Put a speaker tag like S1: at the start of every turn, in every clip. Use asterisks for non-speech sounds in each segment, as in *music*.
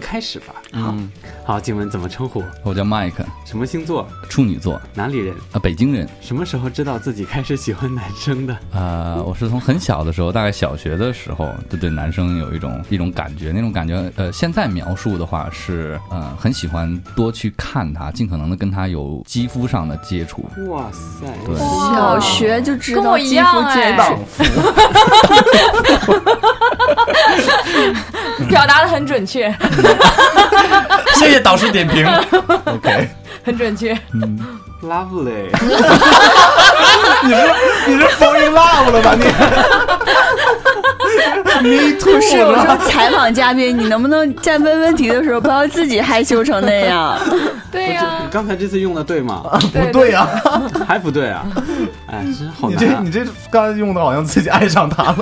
S1: 开始吧。好，
S2: 嗯
S1: 好，静文怎么称呼？
S2: 我叫 Mike，
S1: 什么星座？
S2: 处女座，
S1: 哪里人？
S2: 呃，北京人。
S1: 什么时候知道自己开始喜欢男生的？
S2: 呃，我是从很小的时候，大概小学的时候，就对男生有一种一种感觉，那种感觉，呃，现在描述的话是，呃，很喜欢多去看他，尽可能的跟他有肌肤上的接触。
S1: 哇塞！
S2: 对
S3: 小学就知
S4: 跟
S3: 道
S4: 我一
S3: 肌
S4: 样
S3: 肤接
S4: 哎 *laughs*
S3: 触，
S4: 表达的很准确，
S2: 谢谢导师点评。OK，
S4: 很准确。
S1: Lovely，
S5: 你是 fall in love 了吧你？
S3: 不是我说采访嘉宾，你能不能在问问题的时候不要自己害羞成那样？
S4: 对呀、
S1: 你刚才这次用的对吗？ *laughs*
S5: 不对啊，
S1: 还不对啊？哎，真好
S5: *laughs* 你
S1: 难、
S5: 这
S1: 啊
S5: 你。这刚才用的好像自己爱上他了，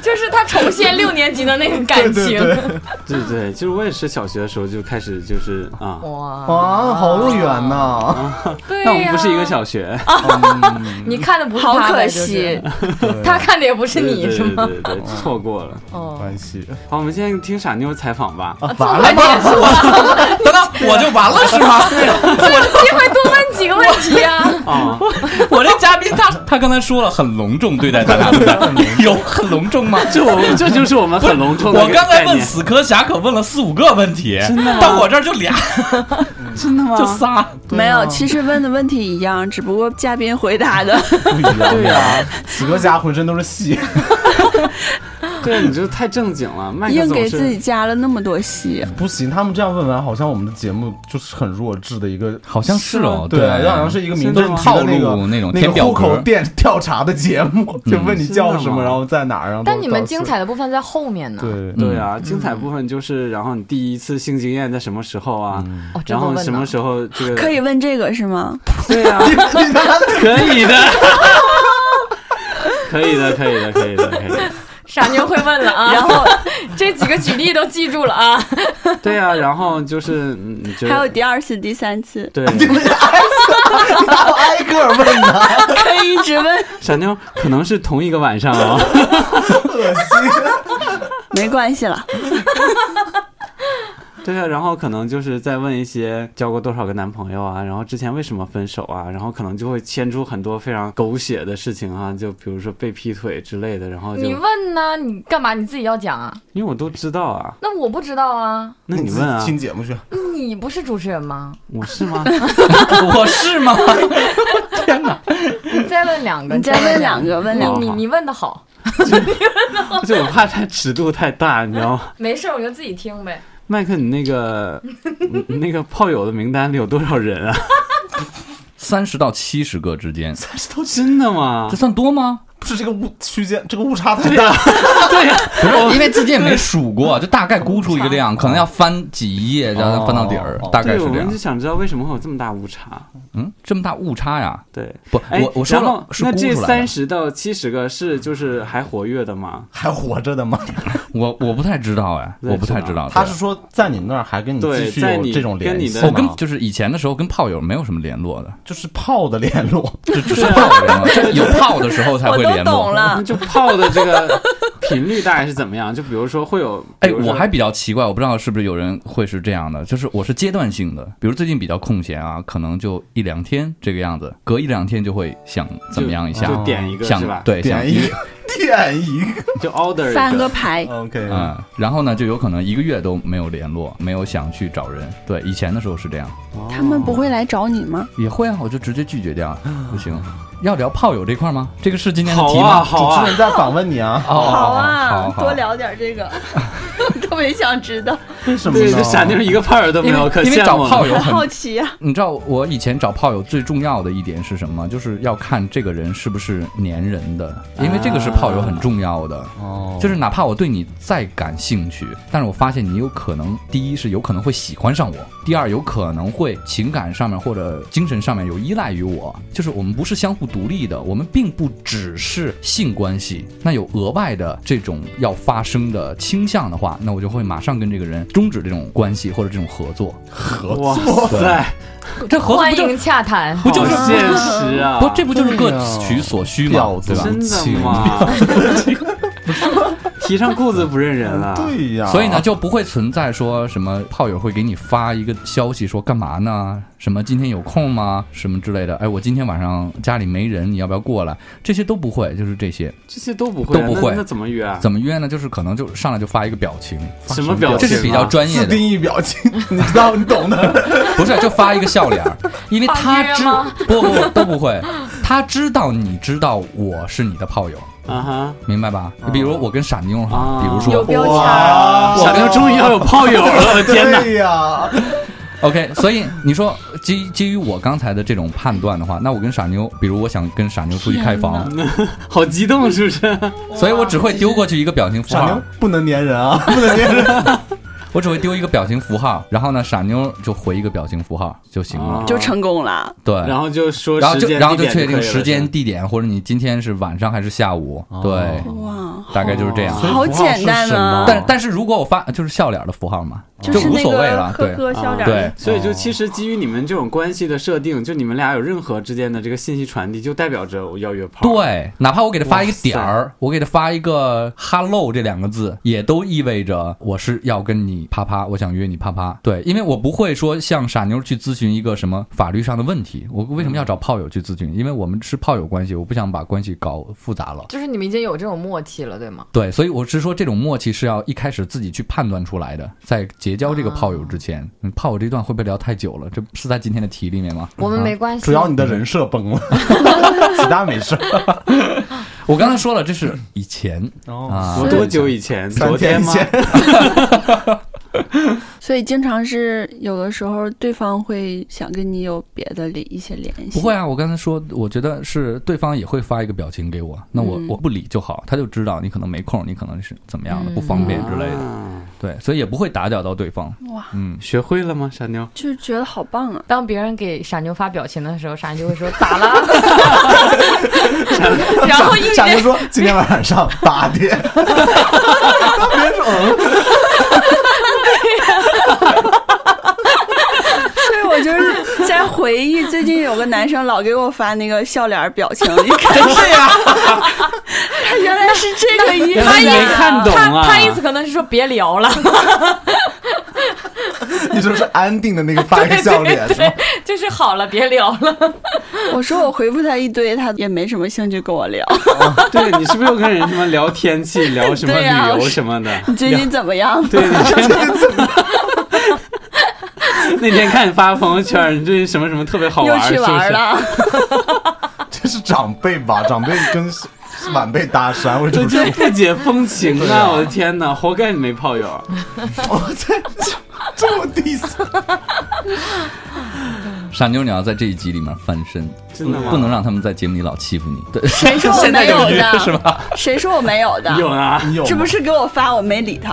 S4: 就是他重现六年级的那个感
S5: 对
S4: 情。
S5: 对对，
S1: 对对对，就是我也是小学的时候就开始就是啊，
S5: 啊，好远呐！
S4: 对呀
S1: 但我们不是一个小学，
S3: 哦
S4: 你看的不是
S3: 好
S4: 他
S3: 可
S4: 呗就是
S3: 惜，
S4: 他看的也不是
S1: 对
S4: 你，
S1: 对
S4: 是
S1: 对
S4: 吗？
S1: 对对对，错过了。
S5: 关系
S1: 好，我们现在听傻妞采访吧。
S5: 啊，哎完了吧？
S2: 等等，我就完了是吗？
S4: 机会多问几个问题
S5: *laughs*
S4: 啊！
S1: 啊，
S2: *laughs* 我这嘉宾他他刚才说了很隆重对待他俩，有很隆重吗？
S1: *laughs* 这我们这就是我们很隆重的
S2: 我
S1: 一个
S2: 刚才
S1: 概
S2: 问
S1: 念
S2: 死磕侠可问了四五个问题，到我这儿就俩，真的吗？就仨。
S3: 没有，其实问的问题一样，只不过嘉宾回答的。
S5: 不一样， *laughs*
S1: 对呀，
S5: 死哥家浑身都是戏， *laughs*
S1: 对，你这太正经了，麦克
S3: 硬
S1: 啊总
S3: 给自
S1: 是
S3: 己加了那么多戏，
S5: 不行，他们这样问完，好像我们的节目就是很弱智的一个，
S2: *laughs* 好像是哦，
S5: 对，好像是一个民政局
S2: 套
S5: 的
S2: 路
S5: 那个
S2: 那种
S5: 那
S2: 填
S5: 个
S2: 表
S5: 户
S2: 格嗯
S5: 口调调查的节目，就问你叫
S1: 真
S5: 什
S1: 的吗
S5: 么，然后在哪儿，然后
S6: 但你们
S5: 到
S6: 精彩的部分在后面呢。
S2: 嗯
S5: *laughs* 对
S1: 对啊，精彩部分就是，然后你第一次性经验在什么时候啊？
S6: 哦，这
S1: 然后
S6: 么问呢
S1: 什么时候这个
S3: 可以问这个是吗？
S1: 对啊，可以的，可以的，可以的，可以的，可以的。
S4: 傻妞会问了
S5: *laughs*
S4: 啊，然后这几个举例都记住了啊。
S1: 对啊，然后就是嗯你觉
S3: 还有
S1: 得
S3: 第二次、第三次，
S1: 对
S5: 然后挨个儿问呢，
S3: 可以一直问，
S1: 傻妞可能是同一个晚上哦。
S5: 恶心。
S3: 没关系了。
S1: *laughs* 对啊，然后可能就是再问一些交过多少个男朋友啊，然后之前为什么分手啊，然后可能就会牵出很多非常狗血的事情啊，就比如说被劈腿之类的，然后就
S6: 你问呢？你干嘛？你自己要讲啊？
S1: 因为我都知道啊，
S6: 那我不知道啊。
S1: 那你
S5: *laughs*
S1: 问啊，
S5: 听节目去，
S6: 你不是主持人吗？
S1: 我是吗？
S2: 我是吗？
S6: 你再问两个，
S3: 你再问两个，问
S6: 你
S3: 两
S1: 好
S3: 个，
S6: 你你问的好，
S1: *laughs* 就我怕它尺度太大，你知道吗？ *laughs*
S4: 没事，我就自己听呗。
S1: 麦克，你那个 *laughs* 你那个炮友的名单里有多少人啊？ *laughs*
S2: 三十到七十个之间，
S1: 都真的吗
S2: 这？算多吗？
S5: 不是这个误区间，这个误差太大。
S2: 不
S1: 哦
S2: 是，因为自己也没数过，就大概估出一个量，可能要翻几页，然后翻到底儿
S5: 哦哦，
S2: 大概
S1: 对，
S2: 是
S1: 我
S2: 这
S1: 们
S2: 样
S1: 就。想知道为什么会有这么大误差。
S2: 嗯，这么大误差呀？
S1: 对，
S2: 不，
S1: 哎，
S2: 我我说
S1: 然
S2: 了
S1: 后
S2: 是
S1: 那
S2: 估
S1: 这
S2: 出来
S1: 三
S2: 的。
S1: 十到七十个是就是还活跃的吗？
S5: 还活着的吗？
S2: 我我不太知道哎，
S1: 不太
S2: 我不太
S1: 知
S2: 知道。
S5: 他
S2: 对
S5: 是说在你那儿还跟你
S1: 对
S5: 继续
S1: 在
S5: 有
S1: 你
S5: 这种联
S1: 跟
S5: 系
S1: 你
S5: 吗？
S1: 的
S2: 我跟就是以前的时候跟炮友没有什么联络的，
S5: 就是炮的联络，
S2: 就只是炮友联络，就有炮的时候才
S3: 我
S2: 会
S3: 都
S2: 联
S3: 懂
S2: 络。
S1: 那
S3: 了。
S1: 就泡的这个 *laughs* 频率大概是怎么样？就比如说会有，比
S2: 哎，
S1: 如说
S2: 我还比较奇怪，我不知道是不是有人会是这样的，就是我是阶段性的，比如最近比较空闲啊，可能就一两天这个样子，隔一两天就会想
S1: 就
S2: 怎么样一下，
S1: 就点一个是吧
S2: 想？对想
S5: 点一个，点一
S2: *laughs*
S5: 个。
S1: 就 order 一
S3: 翻个牌，
S5: OK，
S2: 嗯，然后呢，就有可能一个月都没有联络，没有想去找人。对，以前的时候是这样，
S3: 他们不会来找你吗？
S2: 也会啊，我就直接拒
S1: *gasps*
S2: 绝掉，不行。要聊炮友这块吗？这个是今天的
S1: 好
S2: 题吗？
S1: 啊好
S5: 主持
S1: 啊，
S5: 人在访问你啊，
S2: 哦，
S3: 好
S2: 好
S3: 啊，
S2: 好
S3: 多聊点这个， *laughs* 特别想知道，
S5: 为什么
S1: 对，
S5: 呢
S1: 这？傻妞一个泡儿都没
S2: 因
S1: 有，
S2: 为
S1: 可
S2: 因为
S1: 羡
S2: 找
S1: 慕
S2: 炮
S1: 了。
S2: 友
S3: 很
S2: 很
S3: 好奇啊。
S2: 你知道我以前找炮友最重要的一点是什么？就是要看这个人是不是粘人的，因为这个是炮友很重要的。
S5: 哦
S2: 就是哪怕我对你再感兴趣，但是我发现你有可能，第一是有可能会喜欢上我，第二有可能会情感上面或者精神上面有依赖于我。就是我们不是相互独立的，我们并不只是性关系，那有额外的这种要发生的倾向的话，那我就会马上跟这个人终止这种关系或者这种合作。
S1: 哇塞，
S2: 这合作
S6: 欢
S2: 不就
S6: 迎洽谈。
S2: 不就
S1: 好
S2: 是
S1: 现实啊！
S2: 哦不，这不就是各
S5: 对呀
S2: 取所需嘛
S5: 婊，子
S2: 对吧？
S1: 真的吗？ *laughs* 提上裤子不认人啊了。
S5: 对呀，
S2: 所以呢，就不会存在说什么炮友会给你发一个消息说干嘛呢？什么今天有空吗？什么之类的。哎，我今天晚上家里没人，你要不要过来？这些都不会，就是这些
S1: 这些都不会啊，
S2: 都不会
S1: 那那怎么约啊？
S2: 怎么约呢？就是可能就上来就发一个表情，
S1: 什么表
S2: 这
S1: 情啊？
S2: 是比较专业
S5: 自
S2: 的，
S5: 定义表情，你知道你懂的。
S2: 不是就发一个笑脸儿，因为他知
S4: 放
S2: 不不不都不会，他知道你知道我是你的炮友，
S1: 啊
S2: 明白吧？比如我跟傻妞哈，
S1: 啊
S2: 比如
S4: 有
S2: 说
S4: 标签，
S5: 哇
S1: 哈！傻妞终于要有炮友了，
S5: *laughs*
S1: 我天哪！
S5: 对呀，
S2: OK，所以你说基基于我刚才的这种判断的话，那我跟傻妞，比如我想跟傻妞出去开房，
S1: 好激动，是不是？
S2: 所以我只会丢过去一个表情符
S5: 傻
S2: 号
S5: 妞，不能粘人啊， *laughs* 不能
S2: *laughs*
S5: 粘人。
S2: 我只会丢一个表情符号，然后呢，傻妞就回一个表情符号就行了。
S1: 啊
S3: 就成功了。
S2: 对，
S1: 然后就说
S2: 然后
S1: 时
S2: 就
S1: 间
S2: 然后就
S1: 地点
S2: 确定
S1: 可以了哦
S2: 时间
S1: 是吧
S2: 地点，或者你今天是晚上还是下午，对，
S3: 哇，
S2: 大概就是这样。
S1: 哦
S5: 所以
S3: 好
S5: 符号是
S3: 简单
S5: 什么
S3: 啊
S2: 但但是如果我发就是笑脸的符号嘛，就是无
S3: 那
S2: 所谓
S3: 个
S2: 了，
S3: 呵
S2: 对啊
S3: 呵笑脸，
S2: 对，
S1: 所以就其实基于你们这种关系的设定，就你们俩有任何之间的这个信息传递，就代表着我要约炮。，
S2: 对，哪怕我给他发一个
S1: 哇塞
S2: 点儿，我给他发一个 “hello” 这两个字，也都意味着我是要跟你啪啪，我想约你啪啪。对，因为我不会说向傻妞去咨询一个什么法律上的问题，我为什么要找炮友去咨询？因为我们是炮友关系，我不想把关系搞复杂了。
S6: 就是你们已经有这种默契了，对吗？
S2: 对，所以我是说，这种默契是要一开始自己去判断出来的，在结交这个炮友之前，嗯炮友这段会不会聊太久了？这是在今天的题里面吗？
S6: 我们没关系，
S5: 主要你的人设崩
S2: *laughs*
S5: 了，其他没事。
S2: 我刚才说了，这是以前啊，
S1: 我多久以前？
S5: 三
S1: 昨
S5: 天以
S1: 吗？
S5: 前，
S3: 所以经常是有的时候对方会想跟你有别的联一些联系。
S2: 不会啊，我刚才说，我觉得是对方也会发一个表情给我，那我、
S3: 嗯
S2: 我不理就好，他就知道你可能没空，你可能是怎么样的，
S6: 嗯
S2: 不方便之类的，
S1: 啊
S2: 对，所以也不会打搅到对方。
S3: 哇，
S2: 嗯，
S1: 学会了吗，傻妞？ *laughs*
S3: 就觉得好棒啊！
S6: 当别人给傻妞发表情的时候，傻妞就会说咋啦？
S4: 然后一
S5: 傻妞说今天晚上八点，别说嗯
S3: 所以我就是在回忆，最近有个男生老给我发那个笑脸儿表情，一
S2: *laughs*
S3: 看真是呀， *laughs* 他原来是这个意思
S1: 他
S3: 啊，
S1: 没看懂
S4: 他
S1: 啊！
S4: 他意思可能是说别聊了，
S5: *laughs* 你说是安定的那个发一个
S3: *laughs*
S5: 笑脸是吗？
S4: 就是好了，别聊了。
S3: 我说我回复他一堆，他也没什么兴趣跟我
S2: *laughs*
S3: 聊。
S1: 对你是不是又跟人什么聊天气、聊什么
S3: 对啊
S1: 旅
S3: 我
S1: 游
S3: 是
S1: 什么的？
S3: 你最近怎么样？
S1: *laughs* 对你真的
S3: *laughs*
S1: 那天看你发朋友圈，你最近什么什么特别好
S3: 又
S1: 玩儿，
S3: 去玩儿了，
S5: 这是长辈
S3: *laughs*
S5: 吧？长辈跟晚辈搭讪，我
S1: 是
S5: 就
S1: 不是？这就不解风情
S2: *laughs*
S5: 对
S1: 啊！
S5: 啊
S1: 我的天哪，活该你没炮友。
S5: 我在这么 diss，
S2: 傻妞，你要在这一集里面翻身，
S1: 真的吗
S2: 不能让他们在节目里老欺负你。对，
S3: *laughs* 谁说我
S2: 现在
S3: 没
S2: 有
S3: 有
S2: 约是
S3: 的？
S2: 吧？
S3: 谁说我没有的？
S1: 有啊，
S5: 你有吗
S3: 这不是给我发，我没
S2: *laughs*
S3: 理他。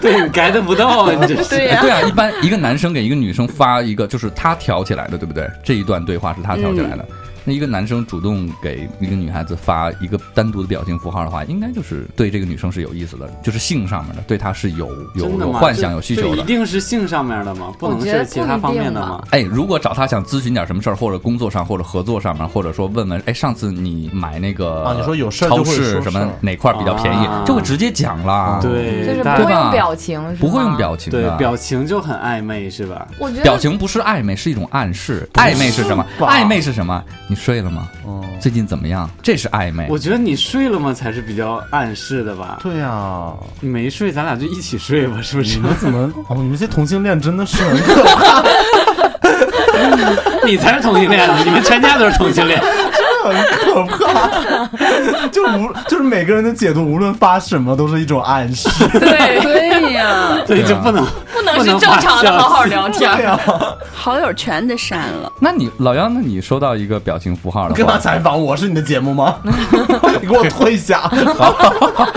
S1: 对你 get 不到啊，你这是。
S3: 对呀、
S2: 对啊，一般一个男生给一个女生发一个，就是他挑起来的，对不对？这一段对话是他挑起来的。那一个男生主动给一个女孩子发一个单独的表情符号的话，应该就是对这个女生是有意思的，就是性上面的，对她是有有
S1: 真的
S2: 有
S1: 吗？
S2: 幻
S1: 这
S2: 想、有需
S1: 这
S2: 求
S1: 一
S2: 的。
S1: 定是性上面的吗？不
S6: 我
S1: 能
S6: 觉得
S1: 是其他
S6: 不一
S1: 方面
S6: 定
S1: 的
S6: 吧
S1: 吗？
S2: 哎，如果找他想咨询点什么事儿，或者工作上，或者合作上面，或者说问问，哎，上次你买那个
S5: 啊你说有事儿就
S2: 超
S5: 会
S2: 市
S5: 说
S2: 什
S5: 事
S2: 么
S5: 儿啊
S2: 哪块儿比较便宜，
S1: 啊
S2: 就会直接讲啦。，
S1: 对，
S6: 就是
S1: 大
S6: 不
S1: 家
S6: 会
S2: 对吧
S6: 用表情，是吗
S2: 不会用。表情的，
S1: 对表情就很暧昧，是吧？
S6: 我觉得
S2: 表情不是暧昧，是一种暗示。
S5: 是吧
S2: 暧昧是什么？暧昧是什么？你睡了吗？
S5: 嗯，
S2: 最近怎么样？这是暧昧。
S1: 我觉得你睡了吗才是比较暗示的吧？
S5: 对呀，
S1: 你没睡，咱俩就一起睡吧，是 *laughs* 不是
S5: 你？们怎么？哦，你们这同性恋真的是很可怕，
S1: 你才是同性恋呢，你们全家都是同性恋。
S5: 很可怕，就无就是每个人的解读，无论发什么都是一种暗示。
S4: 对，
S3: *laughs* 对呀、
S1: 所以
S2: 对
S1: 就
S2: 啊
S1: 不能
S4: 不能是正常的好好聊天。
S5: 对呀，
S3: 好友全得删了。
S2: 那你老杨，那你收到一个表情符号
S5: 你
S2: 的
S5: 干嘛
S2: 话，
S5: 采访我？是你的节目吗？ *laughs* 你给我推一下。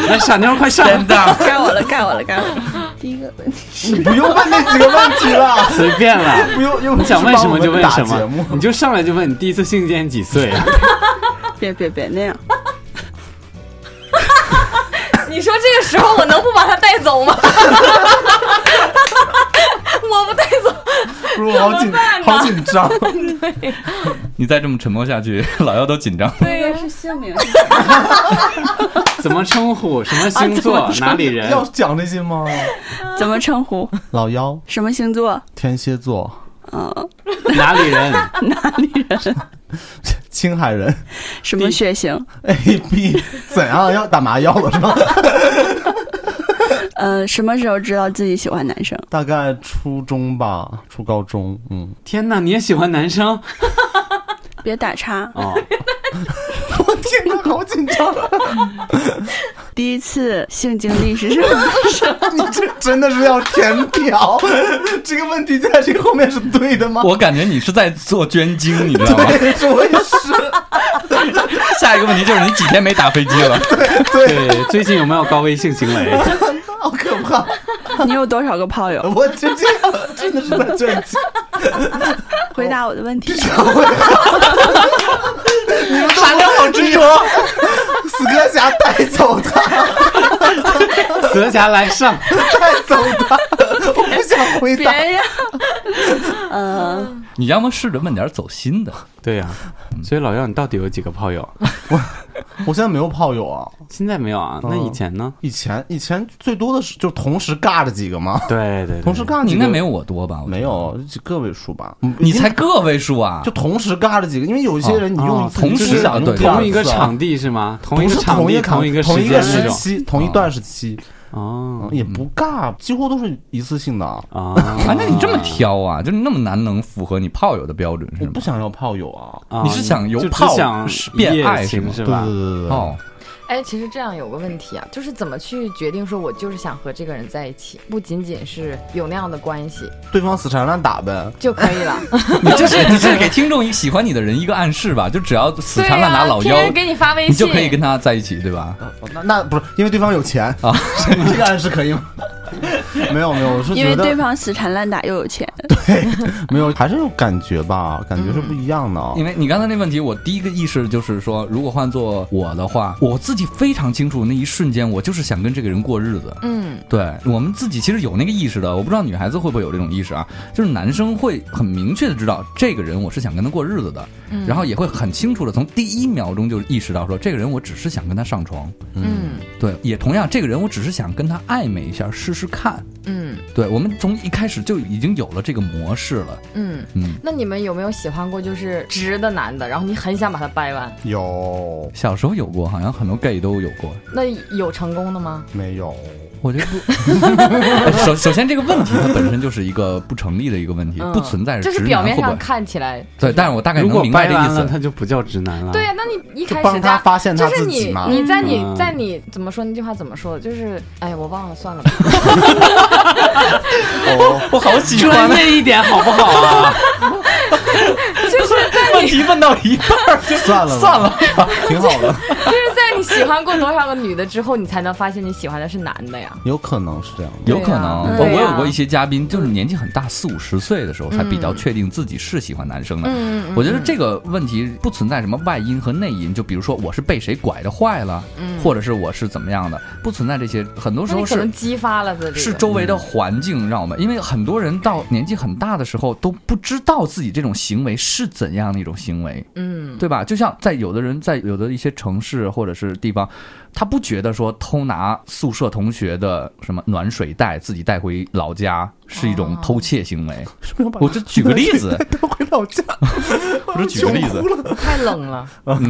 S1: 来，傻妞快上！真的，
S3: 该我了，该我了，该我了。第一个 *laughs* 问题，
S5: 你不用问那几个问题了，
S1: 随便了。
S5: *laughs* 不用，又
S1: 你想问什么就问什
S5: 不是帮我
S1: 么你
S5: 们，打节目
S1: 就上来就问你第一次性见几岁啊？
S3: 别别别那样，
S4: *laughs* 你说这个时候我能不把他带走吗？我不带走，
S5: 不是我好紧好紧张， *laughs*
S2: 你再这么沉默下去，老幺都紧张。
S3: 对，是姓名， *laughs*
S1: 怎么称呼？什么星座？哪里人？
S5: 要讲这些吗？
S3: 怎么称呼？
S5: 老妖，
S3: 什么星座？哦
S5: 天蝎座，
S1: 哪里人？
S5: 青海人 *laughs*
S3: 什么血型？
S5: ，A B 怎样？要打麻药了是吗？
S3: 呃，什么时候知道自己喜欢男生？
S5: *laughs* 大概初中吧，初高中，嗯，
S1: 天哪，你也喜欢男生？
S3: 别打岔。
S1: 哦，
S5: *laughs* 我天哪，好紧张！啊
S3: 第一次性经历是什么？
S5: *laughs*
S3: *laughs*
S5: 你这真的是要填表？ *laughs* 这个问题在这个后面是对的吗？
S2: 我感觉你是在做捐精，你知道吗？
S5: *laughs* 对，是我也是。
S2: 下一个问题就是你几天没打飞机了？
S1: 对，最近有没有高危性行为？
S5: 好可怕！
S3: 你有多少个炮友？
S5: 我就这样，真的是在这里。
S3: 回答我的问题。
S5: 傻妞好执着，死哥侠带走他，
S1: 蛇侠来上，
S5: 带走他，我不想回
S4: 别
S5: 答。
S3: *laughs*
S4: 呀！
S3: 呃，
S2: 你要么试着问点走心的。
S1: 对呀、所以老幺，你到底有几个炮友？
S5: 我现在没有炮友啊，
S1: 现在没有啊，那以前呢？
S5: 以前以前最多的是就同时尬着几个嘛，
S1: 对对对，
S5: 同时尬
S2: 你
S5: 几
S2: 应
S5: 个
S2: 该没有我多吧？我觉得
S5: 没，有就个位数吧，
S2: 你才个位数啊！
S5: 就同时尬着几个，因为有一些人你用一次
S2: 哦同
S5: 你
S2: 时
S5: 只想用
S2: 对
S5: 第二次啊
S1: 啊同一个场地是吗？同
S5: 不
S1: 一个
S5: 是
S1: 场
S5: 同
S1: 地，
S5: 一场
S1: 同一个
S5: 啊同
S1: 时
S5: 一
S1: 间
S5: 个
S1: 那
S5: 时
S1: 种。
S5: 期，同一段时期，啊
S1: 哦
S5: 也不尬，几乎都是一次性的啊。
S1: 啊
S2: 啊，那你这么挑啊，就那么难能符合你炮友的标准
S5: 我
S2: 是
S5: 不
S2: 吗？
S5: 想要炮友啊。
S1: 啊
S2: 你是想由
S1: 就只
S2: 炮
S1: 想
S2: 变爱
S1: 夜
S2: 是吗
S1: 情是
S5: 对对
S1: 吧？
S5: 对对对，
S2: 哦，
S6: 哎，其实这样有个问题啊，就是怎么去决定说我就是想和这个人在一起，不仅仅是有那样的关系
S5: 对方死缠烂打呗。
S6: 就可以了。
S2: 你这是你这是给听众一喜欢你的人一个暗示吧？ *laughs* 就只要死
S4: 对
S2: 缠烂打
S4: 呀，
S2: 老
S4: 天
S2: 妖
S6: 啊
S4: 天，给你发微信，
S2: 你就可以跟他在一起，对吧？
S5: 哦那那不是因为对方有钱
S2: 啊？
S5: 这个暗示可以
S2: *laughs*
S5: 吗？没有没有，我是
S3: 因
S5: 觉
S3: 为对
S5: 得
S3: 方死缠烂打又有钱，
S5: 没有，还是有感觉吧，感觉是不一样的啊。
S2: 因为你刚才那问题，我第一个意识就是说，如果换做我的话，我自己非常清楚那一瞬间，我就是想跟这个人过日子。
S6: 嗯，
S2: 对我们自己其实有那个意识的，我不知道女孩子会不会有这种意识啊，就是男生会很明确的知道这个人我是想跟他过日子的，
S6: 嗯
S2: 然后也会很清楚的从第一秒钟就意识到说这个人我只是想跟他上床，
S6: 嗯
S2: 对，也同样这个人我只是想跟他暧昧一下试试看，
S6: 嗯
S2: 对我们从一开始就已经有了这个模式了，
S6: 嗯
S2: 嗯。
S6: 那你们有没有喜欢过就是直的男的，然后你很想把他掰弯？
S5: 有
S2: 小时候有过，好像很多 gay 都有过。
S6: 那有成功的吗？
S5: 没有？
S2: 我觉得不， *laughs* 首首先这个问题它本身就是一个不成立的一个问题，
S6: 嗯
S2: 不存在
S6: 就是
S2: 直
S6: 表
S2: 男
S6: 面
S2: 会不
S6: 上
S2: 会。
S6: 看起来，
S2: 对，但是我大概
S1: 如
S2: 能
S1: 果
S2: 明白
S1: 掰
S2: 这意
S1: 弯了，
S2: 思。
S1: 他就不叫直男了。
S4: 对
S2: *laughs*
S4: 呀，那你一
S5: 就
S4: 开
S5: 帮
S4: 始
S5: 他
S4: 在。
S5: 发现
S6: 就
S5: 他
S6: 是
S5: 自
S6: 你
S5: 己嘛。
S6: 你在你
S1: 嗯
S6: 在你怎么说那句话怎么说？就是哎，我忘了，算了吧。
S5: 哦，
S2: 我好喜
S1: 专业一点好不好啊？
S2: 问题问到一半儿就
S5: 算了吧
S2: 算了，
S5: 挺好的，
S6: 就是在你喜欢过多少个女的之后，你才能发现你喜欢的是男的呀？
S5: 有可能是这样的。
S2: 有可能。
S6: 对啊
S2: 我
S6: 对
S2: 我
S6: 啊
S2: 有过一些嘉宾，就是年纪很大，四五十岁的时候才比较确定自己是喜欢男生的。
S6: 嗯嗯
S2: 我觉得这个问题不存在什么外因和内因，就比如说我是被谁拐的坏了，或者是我是怎么样的，不存在这些。很多时
S6: 嗯那你
S2: 候
S6: 可
S2: 是
S6: 能激发了自己。
S2: 是周围的环境让我们，因为很多人到年纪很大的时候都不知道自己这种行为是怎样的一种行为，
S6: 嗯
S2: 对吧？就像在有的人在有的一些城市或者是地方，他不觉得说偷拿宿舍同学的什么暖水袋自己带回老家是一种偷窃行 *laughs* 为。我就举个例 *laughs* 子，
S5: 带回老家，
S2: 我就举个例子，
S6: 太冷了。
S2: 嗯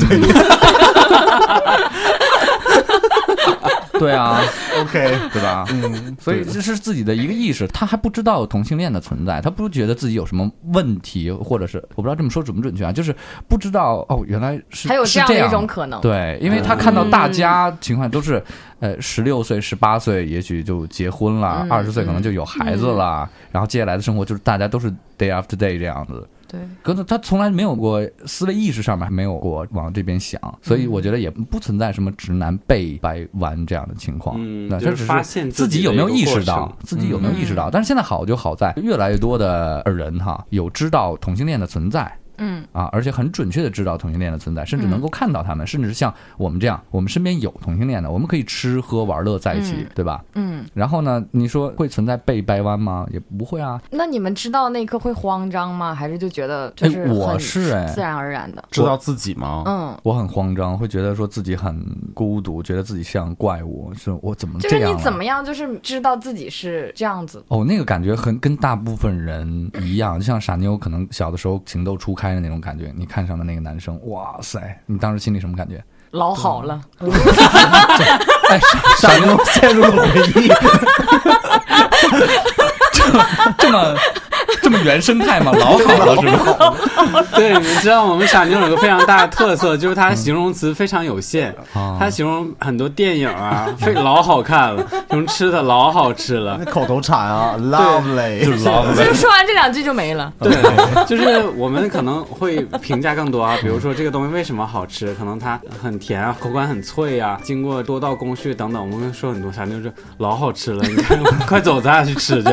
S2: 对啊，
S5: OK，
S2: 对吧？
S5: 嗯，
S2: 所以这是自己的一个意识，他还不知道有同性恋的存在，他不觉得自己有什么问题，或者是我不知道这么说准不准确啊，就是不知道哦，原来是
S6: 还有
S2: 是
S6: 这样
S2: 这
S6: 的
S2: 样
S6: 一种可能。
S2: 对，因为他看到大家情况都是，
S1: 嗯
S2: 呃，十六岁、十八岁，也许就结婚了
S6: 嗯，
S2: 二十、岁可能就有孩子
S1: 嗯
S2: 了，然后接下来的生活就是大家都是 day after day 这样子。
S6: 对，
S2: 可能他从来没有过思维意识上面还没有过往这边想，
S1: 嗯
S2: 所以我觉得也不存在什么直男被掰弯这样的情况。
S1: 嗯
S2: 那
S1: 就
S2: 这
S1: 是
S2: 只
S1: 发现
S2: 自
S1: 自己
S2: 己
S1: 的
S2: 有没有
S1: 一个
S2: 意识
S1: 过
S2: 到
S1: 程，嗯
S2: 自己有没有意识到。但是现在好就好在越来越多的人哈有知道同性恋的存在。
S4: 嗯，
S2: 啊，而且很准确的知道同性恋的存在，甚至
S6: 嗯
S2: 能够看到他们，甚至是像我们这样，我们身边有同性恋的，我们可以吃喝玩乐在一起，
S4: 嗯
S2: 对吧？
S4: 嗯，
S2: 然后呢，你说会存在被掰弯吗？也不会啊。
S6: 那你们知道那一刻会慌张吗？还是就觉得就是
S2: 哎我
S6: 很
S2: 是哎
S6: 自然而然的？
S5: 知道自己吗？
S6: 嗯，
S2: 我很慌张，会觉得说自己很孤独，觉得自己像怪物，是我怎么
S6: 就
S2: 这
S6: 是
S2: 样、啊？
S6: 你怎么样，就是知道自己是这样子。
S2: 哦，那个感觉很跟大部分人一样，就像傻妞可能小的时候情窦初开的那种感觉。你看上了那个男生，哇塞，你当时心里什么感觉？
S6: 老好了，
S2: 哎，傻傻妞 *laughs*
S5: 陷入了回忆，
S2: 这么这么原生态吗？老好了是吧？
S1: *laughs* 对，你知道我们傻妞有个非常大的特色， *laughs* 就是它形容词非常有限，
S2: 啊
S1: 它形容很多电影啊， *laughs* 非老好看了，形容吃的老好吃了。
S2: 嗯
S5: 那口头禅啊，lovely，
S2: 就是 love
S6: *laughs*
S4: 就说完这两句就没了。
S1: 对，就是我们可能会评价更多
S2: 嗯
S1: 啊，比如说这个东西为什么好吃，可能它很甜啊，口感很脆啊，经过多道工序等等，我们会说很多啥，就是老好吃了，你看， *laughs* 快走，咱俩去 *laughs* 吃去。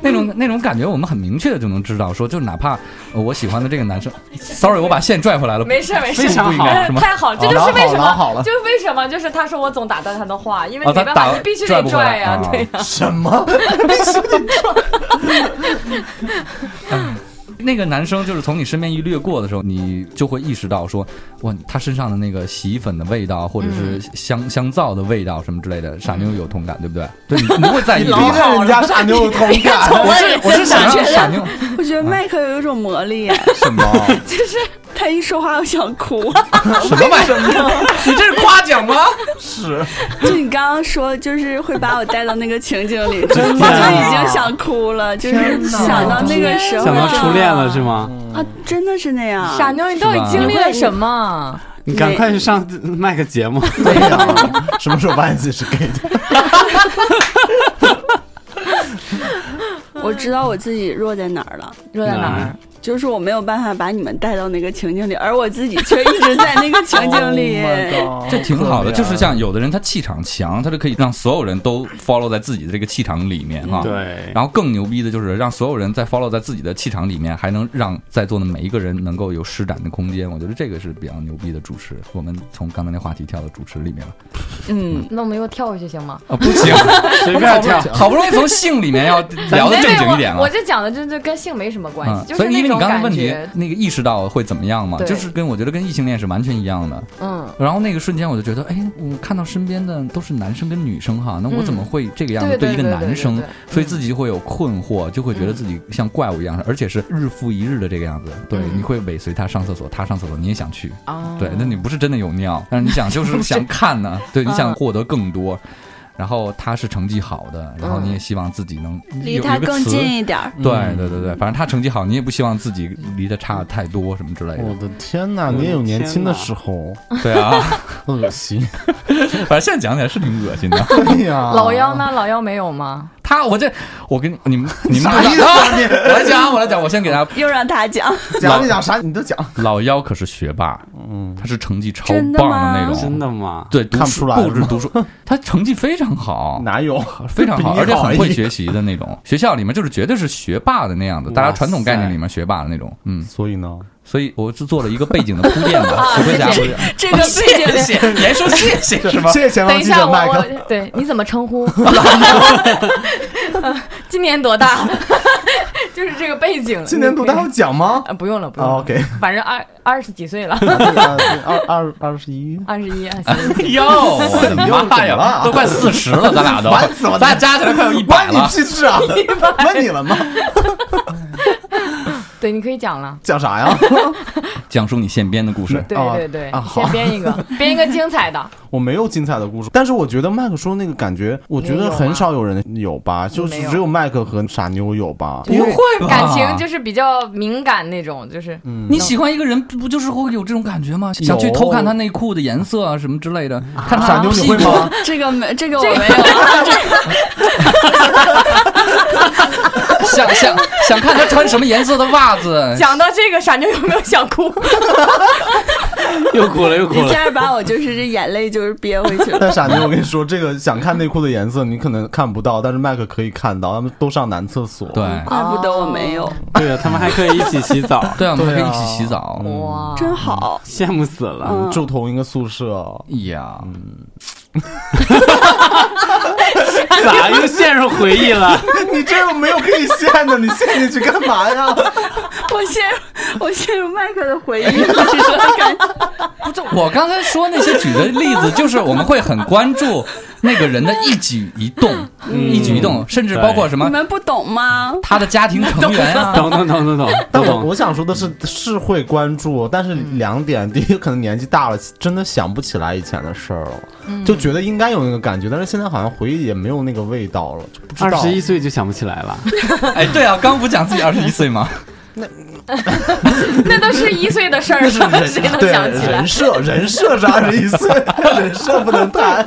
S2: 那种那种感觉，我们很明确的就能知道，说就哪怕呃我喜欢的这个男生，sorry，我把线拽回来了，
S4: 没事没事，
S1: 非常好
S4: 哎
S2: 是吗
S4: 太好了，这就是为什
S5: 好了好
S4: 么，
S5: 了
S4: 就是为什么，就是他说我总打断他的话，因为
S2: 啊
S4: 你
S2: 他
S4: 没办法，
S2: 打
S4: 你必须
S2: 拽
S4: 得
S2: 不回来
S4: 拽呀
S2: 啊，
S4: 对呀，
S5: 什么？
S2: 那个男生就是从你身边一掠过的时候，你就会意识到说，哇，他身上的那个洗衣粉的味道，或者是香、香皂的味道什么之类的，傻妞有同感，对不对？对，你你会在意这
S5: 逼
S2: 个。
S5: 着人家傻妞有同感，
S2: 我是我是想让傻妞
S3: 我觉得麦克有一种魔力，
S2: *laughs* 什
S5: *laughs*
S2: 么
S3: 就是他一说话我想哭。
S2: 什么玩意儿？你这是夸奖吗？
S5: 是
S3: 就你刚刚说，就是会把我带到那个情景里，我就已经想哭了，就是想到那个时候
S1: 想到初恋了是吗？
S3: 啊，真的是那样。
S4: 傻妞，啊你到
S2: 是
S4: 底
S2: 吧
S4: 经历了什么？
S6: 么？
S1: 你赶快去上麦个节目，
S5: 对呀，什么时候发现自己是 gay
S4: *laughs*
S5: 的？
S3: 我知道我自己弱在哪儿了，
S6: 热在哪
S1: 哪
S6: 儿
S2: 嗯
S1: 儿？
S3: 就是我没有办法把你们带到那个情景里，而我自己却一直在那个情景里。
S5: Oh my god，
S2: 这挺好的，
S5: 可怜
S2: 就是像有的人他气场强，他就可以让所有人都 follow 在自己的这个气场里面啊。。
S1: 对，
S2: 然后更牛逼的就是让所有人在 follow 在自己的气场里面，还能让在座的每一个人能够有施展的空间。我觉得这个是比较牛逼的主持。我们从刚才那话题跳到主持里面了
S3: 嗯，
S6: 那我们又跳回去行吗？
S2: 啊，不行，
S1: 随
S2: 我们
S1: 便
S2: 好不
S1: 跳
S2: 容易。 *laughs* 好不容易从性里面
S4: *laughs*
S2: 要聊的
S4: 没
S2: 正
S4: 没
S2: 经一点
S4: 我我
S2: 了。
S4: 这讲的就就跟性没什么关
S2: 嗯
S4: 系，，就
S2: 所
S4: 是
S2: 以
S4: 那
S2: 因为你
S4: 种
S2: 刚刚
S4: 感
S2: 问题
S4: 觉，
S2: 那个意识到会怎么样嘛，
S6: 对
S2: 就是跟我觉得跟异性恋是完全一样的。
S6: 嗯，
S2: 然后那个瞬间我就觉得，哎，我看到身边的都是男生跟女生哈，那我
S6: 嗯
S2: 怎么会这个样子
S6: 对
S2: 一个
S6: 对对对
S2: 男生
S6: 对对？对嗯
S2: 所以自己就会有困惑，就会觉得自己像怪物一样，而且是日复一日的这个样子。对，
S6: 嗯
S2: 你会尾随他上厕所，他上厕所你也想去，
S4: 嗯
S6: 啊，
S2: 对，那你不是真的有尿，但是你想就是想看
S6: *laughs*
S2: 呢，对，你
S6: 嗯
S2: 想获得更多。然后他是成绩好的，然
S6: 嗯
S2: 后你也希望自己能
S3: 离
S2: 有
S3: 他
S2: 有一个
S3: 更
S2: 词
S3: 近一点儿。
S2: 对
S5: 嗯
S2: 对对对，反正他成绩好，你也不希望自己离他差太多什么之类
S5: 哎我
S6: 嗯
S2: 的。
S5: 的天哪，
S1: 我的
S5: 你也有年轻的
S1: 天哪
S5: 时候，
S2: 对啊， *laughs*
S5: 恶 *laughs* 心。
S2: 反正现在讲起来是挺恶心的。
S5: 对呀，
S6: 老妖呢？老妖没有吗？
S2: 他，我这，我跟你
S5: *laughs*
S2: 们，你们
S5: 啥
S2: 不
S5: 意
S2: 知
S5: 思嗯
S2: 道。
S5: 啊？你
S2: *laughs* 我来讲，我来讲，我先给大家。
S3: 又让他讲，
S5: 讲你讲啥？你都讲。
S2: 老妖可是学霸，
S5: 嗯，
S2: 他是成绩超
S3: 真的
S2: 棒那
S3: 吗
S2: 种，
S1: 真的吗？
S2: 对，读
S5: 看不
S2: 书
S5: 出来了
S2: 布置
S5: 吗
S2: 读书，他成绩非常
S5: *laughs*
S2: 好，
S5: 哪有？
S2: 非常好，
S5: 比你
S2: 而且
S5: 好哎
S2: 很会
S5: 一
S2: 学习的那种。学校里面就是绝对是学霸的那样子，大家
S1: 哇
S2: 传统概念
S1: 塞
S2: 里面学霸的那种，嗯，
S5: 所以呢？
S2: 所以我是做了一个背景的铺垫
S5: *laughs*
S2: 的，福哥侠，
S3: 这个背景
S2: 谢谢，你还说谢谢
S5: *laughs*
S2: 是吗？
S5: 谢谢前
S4: 等
S5: 方
S4: 一
S5: 记
S4: 下，
S5: 者
S4: 我
S5: 麦克。
S4: 我对你怎么称
S2: *laughs*
S4: 呼？呃今年多大？ *laughs* 就是这个背景。
S5: 今年度大
S4: 你
S5: 家
S4: 可
S5: 有
S4: 以？*laughs*
S5: 奖吗？
S4: 啊，不用了，不用
S5: 啊
S2: 哦
S4: 了。
S5: ，OK，
S4: 反正二二十几岁了，
S5: 二二二十一，
S4: 二十一啊，行
S2: 哟，我的
S5: *laughs* 又怎
S2: 妈
S5: 么了
S2: 呀，
S5: 啊
S2: 都快四十了，咱俩都，
S5: 烦死我了
S2: 咱俩加起来快有一百
S5: 关你
S2: 了。
S5: 屁事啊！问你了吗？
S4: 对，你可以讲了。
S5: 讲啥呀？ *laughs*
S2: 讲述你现编的故事。
S4: 对
S5: 啊
S4: 对对，
S5: 啊
S4: 你
S5: 好
S4: 先编
S5: *laughs*
S4: 一个，编一个精彩的。
S5: 我没有精彩的故事，但是我觉得麦克说那个感觉，我觉
S4: 你也
S5: 得
S4: 有吗
S5: 很少有人有吧，就
S4: 没
S5: 是
S4: 有
S5: 只有麦克和傻妞有吧。
S4: 不
S2: 会吧
S4: 感情就是比较敏感那种，就是
S5: 嗯
S2: 你喜欢一个人，不不就是会有这种感觉吗？想去偷看他内裤的颜色啊，什么之类的。看
S5: 傻妞，你会吗？
S3: *laughs* 这个没，这
S6: 哦
S3: 个我没
S6: *laughs*
S3: 有。
S2: *laughs* 想想想看他穿什么颜色的袜子。 *laughs*
S4: 讲到这个，傻妞有没有想哭？
S1: 又哭了又哭
S3: 一
S1: 了。
S3: 下把我就是这眼泪就是憋回
S5: *laughs*
S3: 去了。
S5: *laughs* 但傻妞，我跟你说，这个想看内裤的颜色，你可能看不到，但是麦克可以看到，他们都上男厕所。嗯
S2: 对
S3: 怪不得我没有，
S1: 对啊，他们还可以一起洗澡，
S2: 对啊，我们还可
S5: 对
S2: 以
S5: 啊
S2: 一起洗澡。
S6: 哇，
S3: 真好。
S1: 羡慕死了。
S5: 住同一个宿舍， *laughs*
S2: 呀，
S1: 咋又陷入回忆了？
S5: 你这又没有可以陷的，你陷进去干嘛
S1: *laughs*
S5: 呀？
S3: 我陷入我陷入麦克的回忆了，是什么感觉？
S2: 我刚才说那些举的例子，就是我们会很关注那个人的一举一动，一举一动，甚至包括什
S3: *laughs* 你
S2: 么
S3: 们不懂吗？
S2: 他的家庭成员啊，
S1: 懂懂懂懂懂
S5: 但
S1: 懂
S5: 我
S1: 懂。
S5: 我想说的是，是会关注，但是两点，第一，可能年纪大了，真的想不起来以前的事儿了，就觉得应该有那个感觉，但是现在好像回忆也没有那个味道了，就不知
S1: 二
S5: 道
S1: 十。一岁就想不起来了，
S2: 哎，对啊，刚不讲自己二十一岁吗？
S4: 那都是一岁的事儿
S5: *laughs*
S4: 了，谁能
S5: 对
S4: 想起来
S5: 人？设，人设是二十一
S4: *laughs*
S5: 岁，人设不能谈。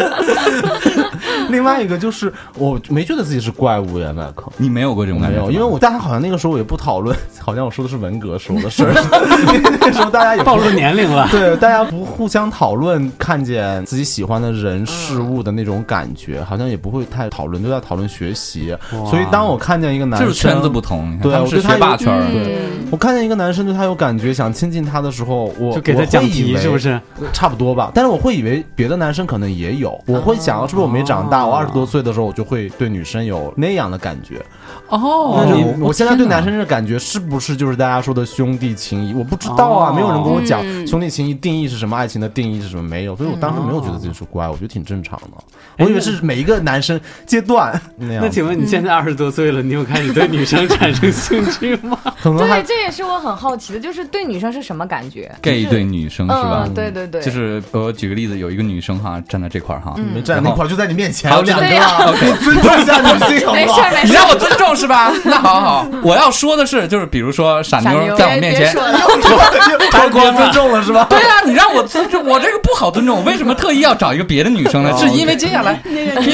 S5: 另外一个就是，我没觉得自己是怪物耶，麦克。
S2: 你没有过
S1: 嗯
S2: 这种感
S5: 没
S2: 觉是
S5: 有，
S2: 吧，
S5: 因为我大家好像那个时候也不讨论，好像我说的是文革时候的事儿， *laughs* 因为那个时候大家也不
S1: 暴露年龄了。
S5: 对，大家不互相讨论看见自己喜欢的
S4: 嗯
S5: 人事物的那种感觉，好像也不会太讨论，都在讨论学习。所以当我看见一个男
S2: 就
S5: 生，
S2: 是圈子不同，你看
S5: 对
S2: 他们
S5: 我
S2: 是
S5: 对他
S2: 学霸
S5: 有
S2: 圈儿，
S4: 嗯，
S5: 我看见一个男生对他有感觉，想亲近他的时候，我
S1: 就给他讲
S5: 我会以
S1: 题
S5: 为
S1: 是不是？
S5: 差不多吧？但是我会以为别的男生可能也有，我会想是不是我没长大？我二十多岁的时候，我就会对女生有那样的感觉。
S2: 哦
S5: 那就我我现在对男。
S2: 天哪
S5: 生的感觉是不是就是大家说的兄弟情谊？我不知道啊，
S1: 哦
S5: 没有人跟我讲
S3: 嗯
S5: 兄弟情谊定义是什么，爱情的定义是什么，没有。所以我当时没有觉得自己是乖，我觉得挺正常的。我以为是每一个男生阶段那样
S1: 那
S5: 子，
S1: 请问你现在二十多岁了，你有开始对女生产生兴趣吗？
S5: 可能
S6: 对，
S5: 还
S6: 这也是我很好奇的，就是对女生是什么感觉
S2: gay 对女生是吧
S6: 嗯，？对对对，
S2: 就是我举个例子，有一个女生哈站在这块儿
S3: 嗯
S2: 哈，
S5: 没站那块儿就在你面前，
S2: 好
S5: 有两
S4: 对
S5: 个
S4: 呀
S5: 啊，你尊重一下女性好
S4: 没
S5: 不
S4: 事
S5: 好
S4: 儿？没
S2: 你
S4: 事
S2: 让
S4: 儿，
S2: 我尊重是
S3: *laughs*
S2: 吧？那好好，我要说的是，就是比如说傻
S6: 傻妞
S2: 妞在我面
S3: 别
S2: 前
S3: 说，了，
S5: *laughs* 太过尊重了是
S2: *laughs*
S5: 吧？
S2: 对啊，你让我尊重，我这个不好尊重，我为什么特意要找一个别的女生呢？是因为接下来，因为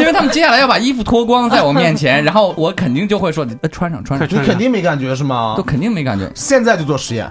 S2: 因为他们接下来要把衣服脱光在我面前，然后我肯定就会说，呃穿上穿上
S1: 快
S5: 你
S1: 穿，
S5: 肯定没感觉是吗
S2: 都？肯定没感觉。
S5: 现在就做实 *laughs* 验。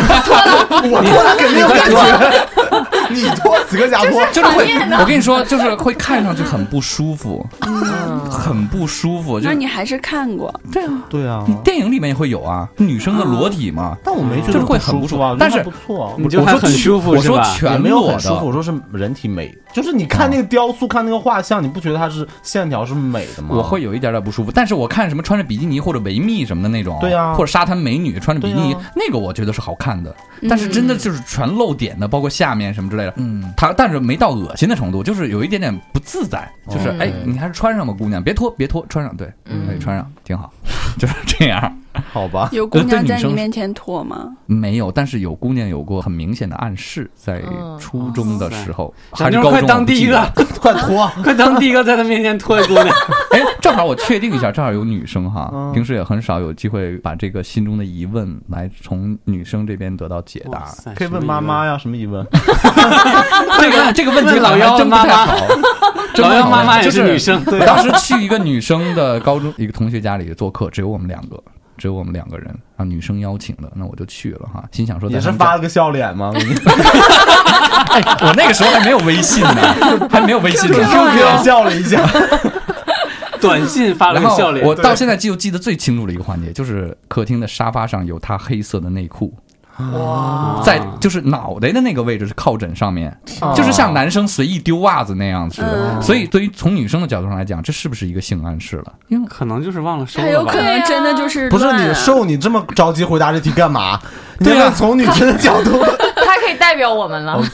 S5: 我脱了肯定有感觉，你脱死个假脱，
S2: 就是会，
S3: 啊
S2: 我跟你说，就是会看上去很不舒服，嗯很不舒服。就
S3: 那
S2: 是
S3: 你还是看
S2: *laughs*
S3: 过，
S2: 对啊，
S5: 对啊
S2: 你电影里面也会有啊，女生的裸体嘛。
S5: 但我没觉得
S2: 就是会很不
S5: 不
S2: 舒
S5: 啊，
S2: 服
S5: 我觉得
S2: 但是
S5: 还不错啊，
S1: 你就还很舒服
S2: 我
S1: 是
S2: 说
S1: 吧？
S5: 也
S2: 全
S5: 没有
S2: 裸
S5: 很舒服。
S2: 的，
S5: 我说是人体美，就是你看那个雕塑，看那个画像，你不觉得它是线条是美的吗？
S2: 我会有一点点不舒服。但是我看什么穿着比基尼或者维密什么的那种，
S5: 对啊
S2: 或者沙滩美女穿着比基尼
S5: 对啊，
S2: 那个我觉得是好看的。但是真的就是全露点的，包括下面什么之类的，嗯，它但是没到恶心的程度，就是有一点点不自在，
S1: 哦
S2: 就是
S6: 嗯
S2: 哎，你还是穿上吧，姑娘，别脱，别脱，穿上，对，可以穿上，挺好，就是这样。
S5: 好吧，
S3: 有姑
S2: 对
S3: 娘
S2: 女
S3: 在你
S2: 生
S3: 面前脱吗？
S2: 没有，但是有姑娘有过很明显的暗示，在
S6: 嗯
S2: 初中的时候，
S1: 傻
S2: 还是
S1: 啊妞
S2: 高中，
S1: 快当第一个
S2: 我，不记
S5: 快
S2: 啊
S5: 脱，
S1: 快当第一个在他面前脱姑娘。
S2: 得。哎，正好我确定
S1: *laughs*
S2: 一下，正好有女生
S1: 嗯
S2: 哈，平时也很少有机会把这个心中的疑问来从女生这边得到解
S1: 哇
S2: 答。
S1: 塞
S5: 可以问妈妈呀，什么疑问？
S2: *laughs* 这
S1: *laughs*
S2: 个这个问题
S1: 问老
S2: 好像
S1: 妖
S2: 真不太
S1: 妈妈 *laughs*
S2: 好，真
S1: 老
S2: 不太
S1: 幺
S2: 好
S1: 妈妈也
S2: 就是
S1: 女。生，
S2: 我当时去一个女生的高中一个同学家里做客，只有我们两个，只有我们两个人，然后女生邀请的，那我就去了哈，心想说
S5: 也
S2: 在
S5: 是
S2: 他们家
S5: 发了个笑脸吗？
S2: *laughs* 哎，我那个时候还没有微信
S1: *laughs*
S2: 呢，还没有微
S5: *laughs*
S2: 信呢
S5: QQ 笑了一下，
S1: 短信发了
S2: 然
S1: 个
S2: 后
S1: 笑脸。
S2: 我到现在就记得最清楚的一个环节，就是客厅的沙发上有她黑色的内裤，
S1: 啊
S2: 在就是脑袋的那个位置是靠枕上面，
S6: 哦
S2: *laughs* 就是
S5: 啊
S2: 像男生随意丢袜子那样子。
S6: 嗯
S2: 所以，对于从女生的角度上来讲，这是不是一个性暗示了？因为
S1: 可能就是忘了收
S3: 他
S1: 了
S3: 有
S1: 吧
S3: 可。能真的就是
S5: 不是
S3: 乱
S5: 你
S3: 啊
S5: 受你这么着急回答这题干嘛？
S2: 对啊
S5: 那个从女生的角度，
S6: *laughs* 他可以代表
S2: *laughs*
S6: 我们了。 *laughs*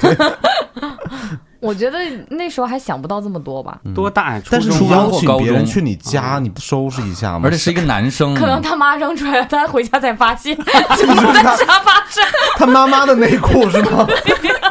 S6: 我觉得那时候还想不到这么多
S2: 嗯
S6: 吧，
S1: 多大呀？初
S5: 但是你
S1: 中
S2: 要
S1: 啊
S5: 邀请别人
S2: 初中
S5: 去你家，你不收拾一下吗？
S2: 而且
S5: *laughs*
S2: 是一个男生，
S6: 可能他妈扔出来，他回家才
S2: *laughs*
S6: 发现怎么在沙发上。
S5: 他妈妈的内裤
S2: *laughs*
S5: 是吗？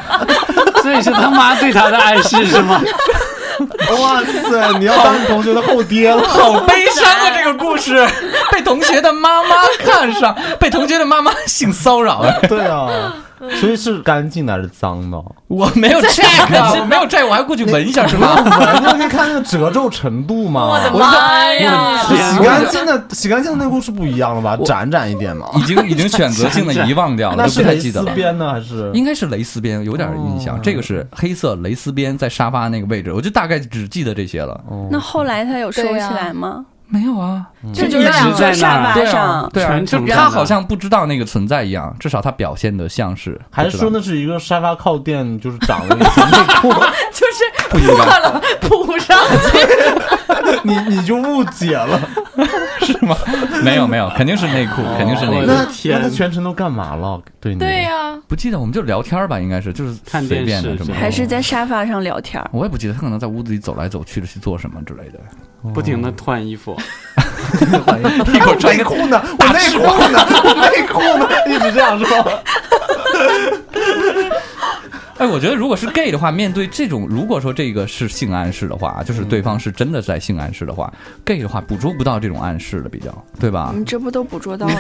S1: *laughs* 所以是他妈对他的暗示是吗？ *laughs*
S5: 哇塞，你要当你同学的后爹了。
S2: *laughs* 好悲伤啊！这个故事被同学的妈妈看上，被同学的妈妈性骚扰了。
S5: 对啊，所以是干净的还是脏的？
S2: 我没有 check，啊我没有 check，我还过去闻一下是
S5: 那
S2: 吧？
S5: 闻闻，你看那个褶皱程度嘛。我的
S4: 妈呀！
S5: 洗干净的，洗干净的内裤是不一样的吧？展展一点嘛。
S2: 已经已经选择性的遗忘掉了，
S5: 那
S2: 就是不太
S5: 蕾
S2: 记得
S5: 丝
S2: 了。
S5: 边呢，还是
S2: 应该是蕾丝边，有点印象。这个是黑色蕾丝边在沙发那个位置，我就大概只记得这些了。
S3: 那后来他有收
S6: 对
S3: 起
S6: 呀
S3: 来吗？
S2: 没有啊，
S6: 就
S1: 就一直在那
S3: 沙
S1: 儿
S3: 发
S2: 对啊
S3: 上，
S2: 对啊，
S1: 全
S2: 就
S1: 程
S2: 他
S1: 在
S2: 好
S1: 那
S2: 像不知道那个存在一样，至少他表现的像是
S5: 还
S2: 不
S5: 是
S2: 知道
S5: 说那是一个沙发靠垫，就是长了一
S2: *laughs*
S5: 层内裤？
S4: 就是
S2: 不应该
S4: 了补上去，
S5: 你你就误解了。
S2: 是吗？ *laughs* 没 *laughs* 有没有，肯定是内裤，肯定是内
S1: 我
S2: 裤。
S1: 的
S5: 那
S1: 天
S5: 那他全程都干嘛了？对你
S4: 对呀，
S2: 哦不记得，我们就聊天儿吧，应该是就是
S1: 看
S2: 随
S1: 电
S2: 便的
S1: 视
S2: 什么
S1: 之类的
S2: 的，
S3: 还是在沙发上聊天儿？
S2: 我也不记得，他可能在屋子里走来走去的去做什么之类的。
S1: 不停的换衣服，
S2: 一会儿穿一
S5: 内
S2: 个
S5: 裤呢？我内裤呢？我内裤呢？一直这样说。
S2: 哎，我觉得如果是 gay 的话，面对这种，如果说这个是性暗示的话，就是对方是真的在性暗示的话、g a y 的话捕捉不到这种暗示了，比较对吧？
S3: 你这不都捕捉到
S2: *laughs*
S3: 了吗？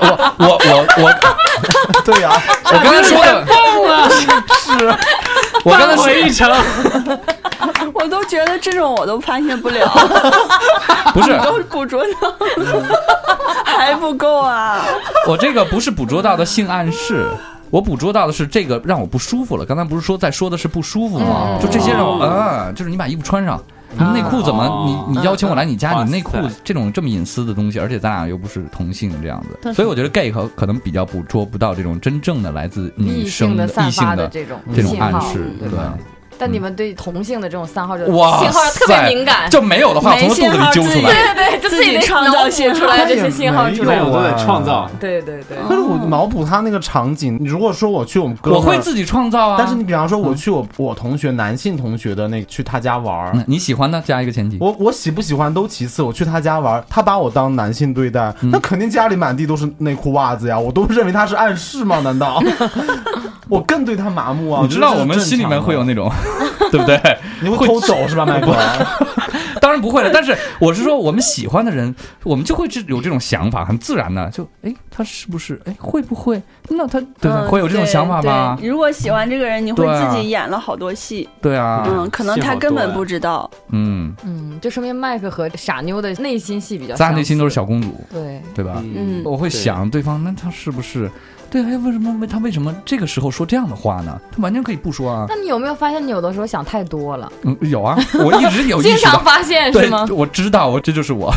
S2: 我我我我
S5: 对呀、
S2: 我刚才说的，我刚才说
S1: 回一程，
S3: 我都觉得这种我都发现不了，
S2: *laughs* 不 *laughs* 是嗯
S3: 都捕捉到了，还不够啊！
S2: *laughs* 我这个不是捕捉到的性暗示。我捕捉到的是这个让我不舒服了。刚才不是说在说的是不舒服吗？就这些让我，嗯，就是你把衣服穿上，你内裤怎么？
S1: 哦
S2: 你你邀请我来你家，
S1: 哇
S2: 你内裤
S1: 塞
S2: 这种这么隐私的东西，而且咱俩又不是同性这样子，所以我觉得 gay 可可能比较捕捉不到这种真正的来自女
S6: 异
S2: 生
S6: 性
S2: 的
S6: 的
S2: 异
S6: 散
S2: 性
S6: 发的
S2: 的
S6: 这种
S2: 这种
S6: 信号，
S2: 暗示，
S6: 对
S2: 对
S6: 吧？
S2: 吧？
S6: 但你们对同性的这种信号就
S2: 哇塞，
S4: 信号特别敏感
S2: 就没有的话，从
S3: 没
S2: 他肚
S3: 信
S2: 子里
S3: 号
S2: 揪
S3: 自
S2: 出
S3: 己
S2: 来。
S4: 对对对，就自己
S3: 自己创
S4: 脑
S3: 造
S4: 补
S3: 信
S4: 出
S3: 号
S4: 来这些信号出
S5: 没
S1: 没
S4: 来
S5: 有，
S1: 有都得创造。
S6: 对对对，
S5: 可是我脑补他那个场景，如果说我去我们哥们儿
S2: 我会自己创造啊。
S5: 但是你比方说我去我我同学男性同学的那去他家玩儿。
S2: 嗯你喜欢呢？加一个前提，
S5: 我我喜不喜欢都其次，我去他家玩儿，他把我当男性对待，
S3: 嗯
S5: 那肯定家里满地都是内裤袜子呀，我都认为他是暗示吗？
S3: *laughs*
S5: 难道我更对他麻木啊？
S2: 你知道我们
S5: 这是
S2: 心里
S5: 正常的
S2: 面会有那种， *laughs* 对不对？
S5: 你会偷走是吧，
S3: *laughs*
S5: 麦克？
S2: *laughs* 当然不会了，但是我是说，我们喜欢的人， *laughs* 我们就会这有这种想法，很自然的，就哎，他是不是哎，会不会？那他呃对吧？
S3: 嗯
S2: 会有这种
S3: 对
S2: 想法吧？
S3: 对如果喜欢这个人，你会
S2: 对啊
S3: 自己演了好多戏，
S2: 对啊，
S3: 嗯，可能他根本不知道。
S2: 嗯，
S6: 嗯，就说明麦克和傻妞的内心戏比较相似，
S2: 咱俩内心都是小公主，
S6: 对，
S2: 对吧？
S3: 嗯
S2: 我会想对方，那他是不是？对，哎，为什么为他为什么这个时候说这样的话呢？他完全可以不说啊。
S6: 那你有没有发现你有的时候想太多了？
S2: 嗯，有 *laughs* 啊，我一直有意
S4: 经
S2: 识
S4: 常
S2: 到，
S4: 发现是
S2: 对
S4: 吗？，
S2: 我知道，我这就是我。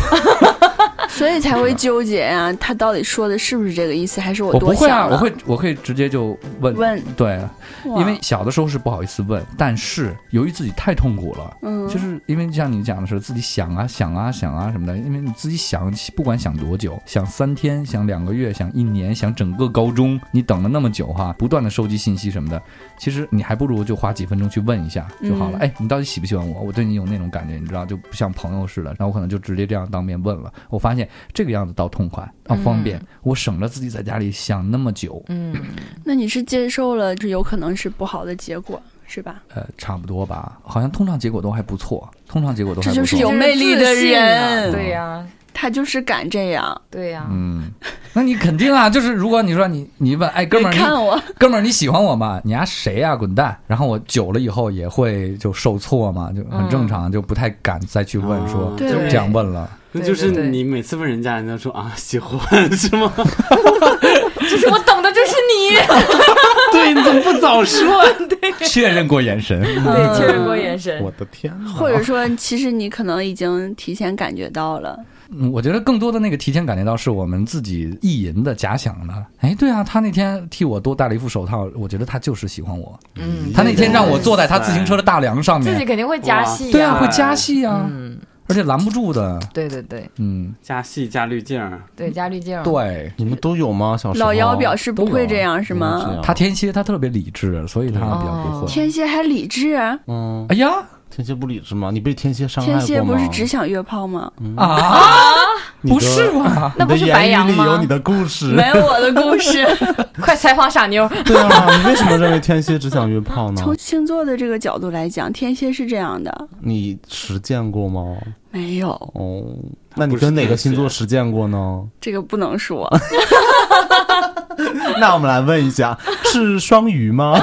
S3: 所以才会纠结呀、他到底说的是不是这个意思，还是
S2: 我不
S3: 多
S2: 会
S3: 想
S2: 啊，
S3: 了？
S2: 我会我会直接就问
S3: 问，
S2: 对，
S3: 哇
S2: 因为小的时候是不好意思问，但是由于自己太痛苦了，
S3: 嗯，
S2: 就是因为像你讲的是自己想啊想啊想啊什么的，因为你自己想，不管想多久，想三天，想两个月，想一年，想整个高中，你等了那么久哈，不断的收集信息什么的，其实你还不如就花几分钟去问一下就好了。
S3: 嗯
S2: 哎，你到底喜不喜欢我？我对你有那种感觉，你知道，就不像朋友似的。然后我可能就直接这样当面问了，我发现这个样子倒痛快，倒方便，我省了自己在家里想那么久。
S6: 嗯，
S3: 那你是接受了，这有可能是不好的结果，是吧？
S2: 呃，差不多吧，好像通常结果都还不错，通常结果都还
S3: 这
S2: 不错。
S3: 就是有魅力的人
S6: 对呀，
S3: 他就是敢这样。
S6: 对呀，
S2: 嗯，那你肯定啊，就是如果你说你你问，哎，哥们儿，
S3: 你看
S2: 你
S3: 我，
S2: 哥们儿你喜欢我吗？你丫、谁呀、滚蛋！然后我久了以后也会就受挫嘛，就很正常，就不太敢再去问说、
S1: 啊
S3: 对
S2: 就这样问了。
S1: 那就是
S6: 对对对
S1: 你每次问人家，人家说啊喜欢是吗？
S4: 就是我等的就是你，
S1: 对，你怎么不早说？
S2: 确认过眼神，
S6: *laughs* 对，确认过眼神
S5: 我，的天哪！
S3: 或者说，其实你可能已经提前感觉到了，
S2: 嗯我觉得更多的那个提前感觉到是我们自己意淫的假想的。哎，对啊，他那天替我多戴了一副手套，我觉得他就是喜欢我。
S6: 嗯，
S2: 他那天让我坐在他自行车的大梁上
S6: 自己
S2: 面，
S6: 肯定会加戏呀，
S2: 对啊，会加戏啊，
S6: 嗯，
S2: 而且拦不住的。
S6: 对对对
S2: 嗯，
S1: *laughs* 加戏加滤镜儿，
S6: 对，加滤镜，，
S2: 对。
S5: 你们都有吗？小时候
S3: 老妖表示不
S2: 哦都有啊
S3: 会这样，是
S5: 这
S3: 吗
S5: 样？
S2: 他天蝎，他特别理智，所以他比较不
S6: 哦
S2: 会。
S3: 天蝎还理智啊？
S5: 嗯，
S2: 哎呀
S5: 天蝎不理智吗？你被天蝎伤害过
S3: 天蝎
S5: 吗？
S3: 不是只想约炮吗？
S2: 啊，
S5: 你的
S2: 不是 *laughs* 吧？
S5: 你
S6: 那
S5: 的
S6: 不是白
S5: 言
S6: 羊
S5: 语里有
S4: *laughs*
S6: 吗
S5: 你？的故事
S3: 没，有我的故事，
S6: *laughs* 快采访傻妞，
S5: *laughs* 对啊，你为什么认为天蝎只想约炮
S3: *laughs*
S5: 呢？
S3: 从星座的这个角度来讲，天蝎是这样的，
S5: 你实践过吗？
S3: 没有
S5: 哦，
S2: 啊
S5: 那你跟哪个星座实践过呢？
S3: 这个不能说。
S5: *laughs* 那我们来问一下，是双鱼吗？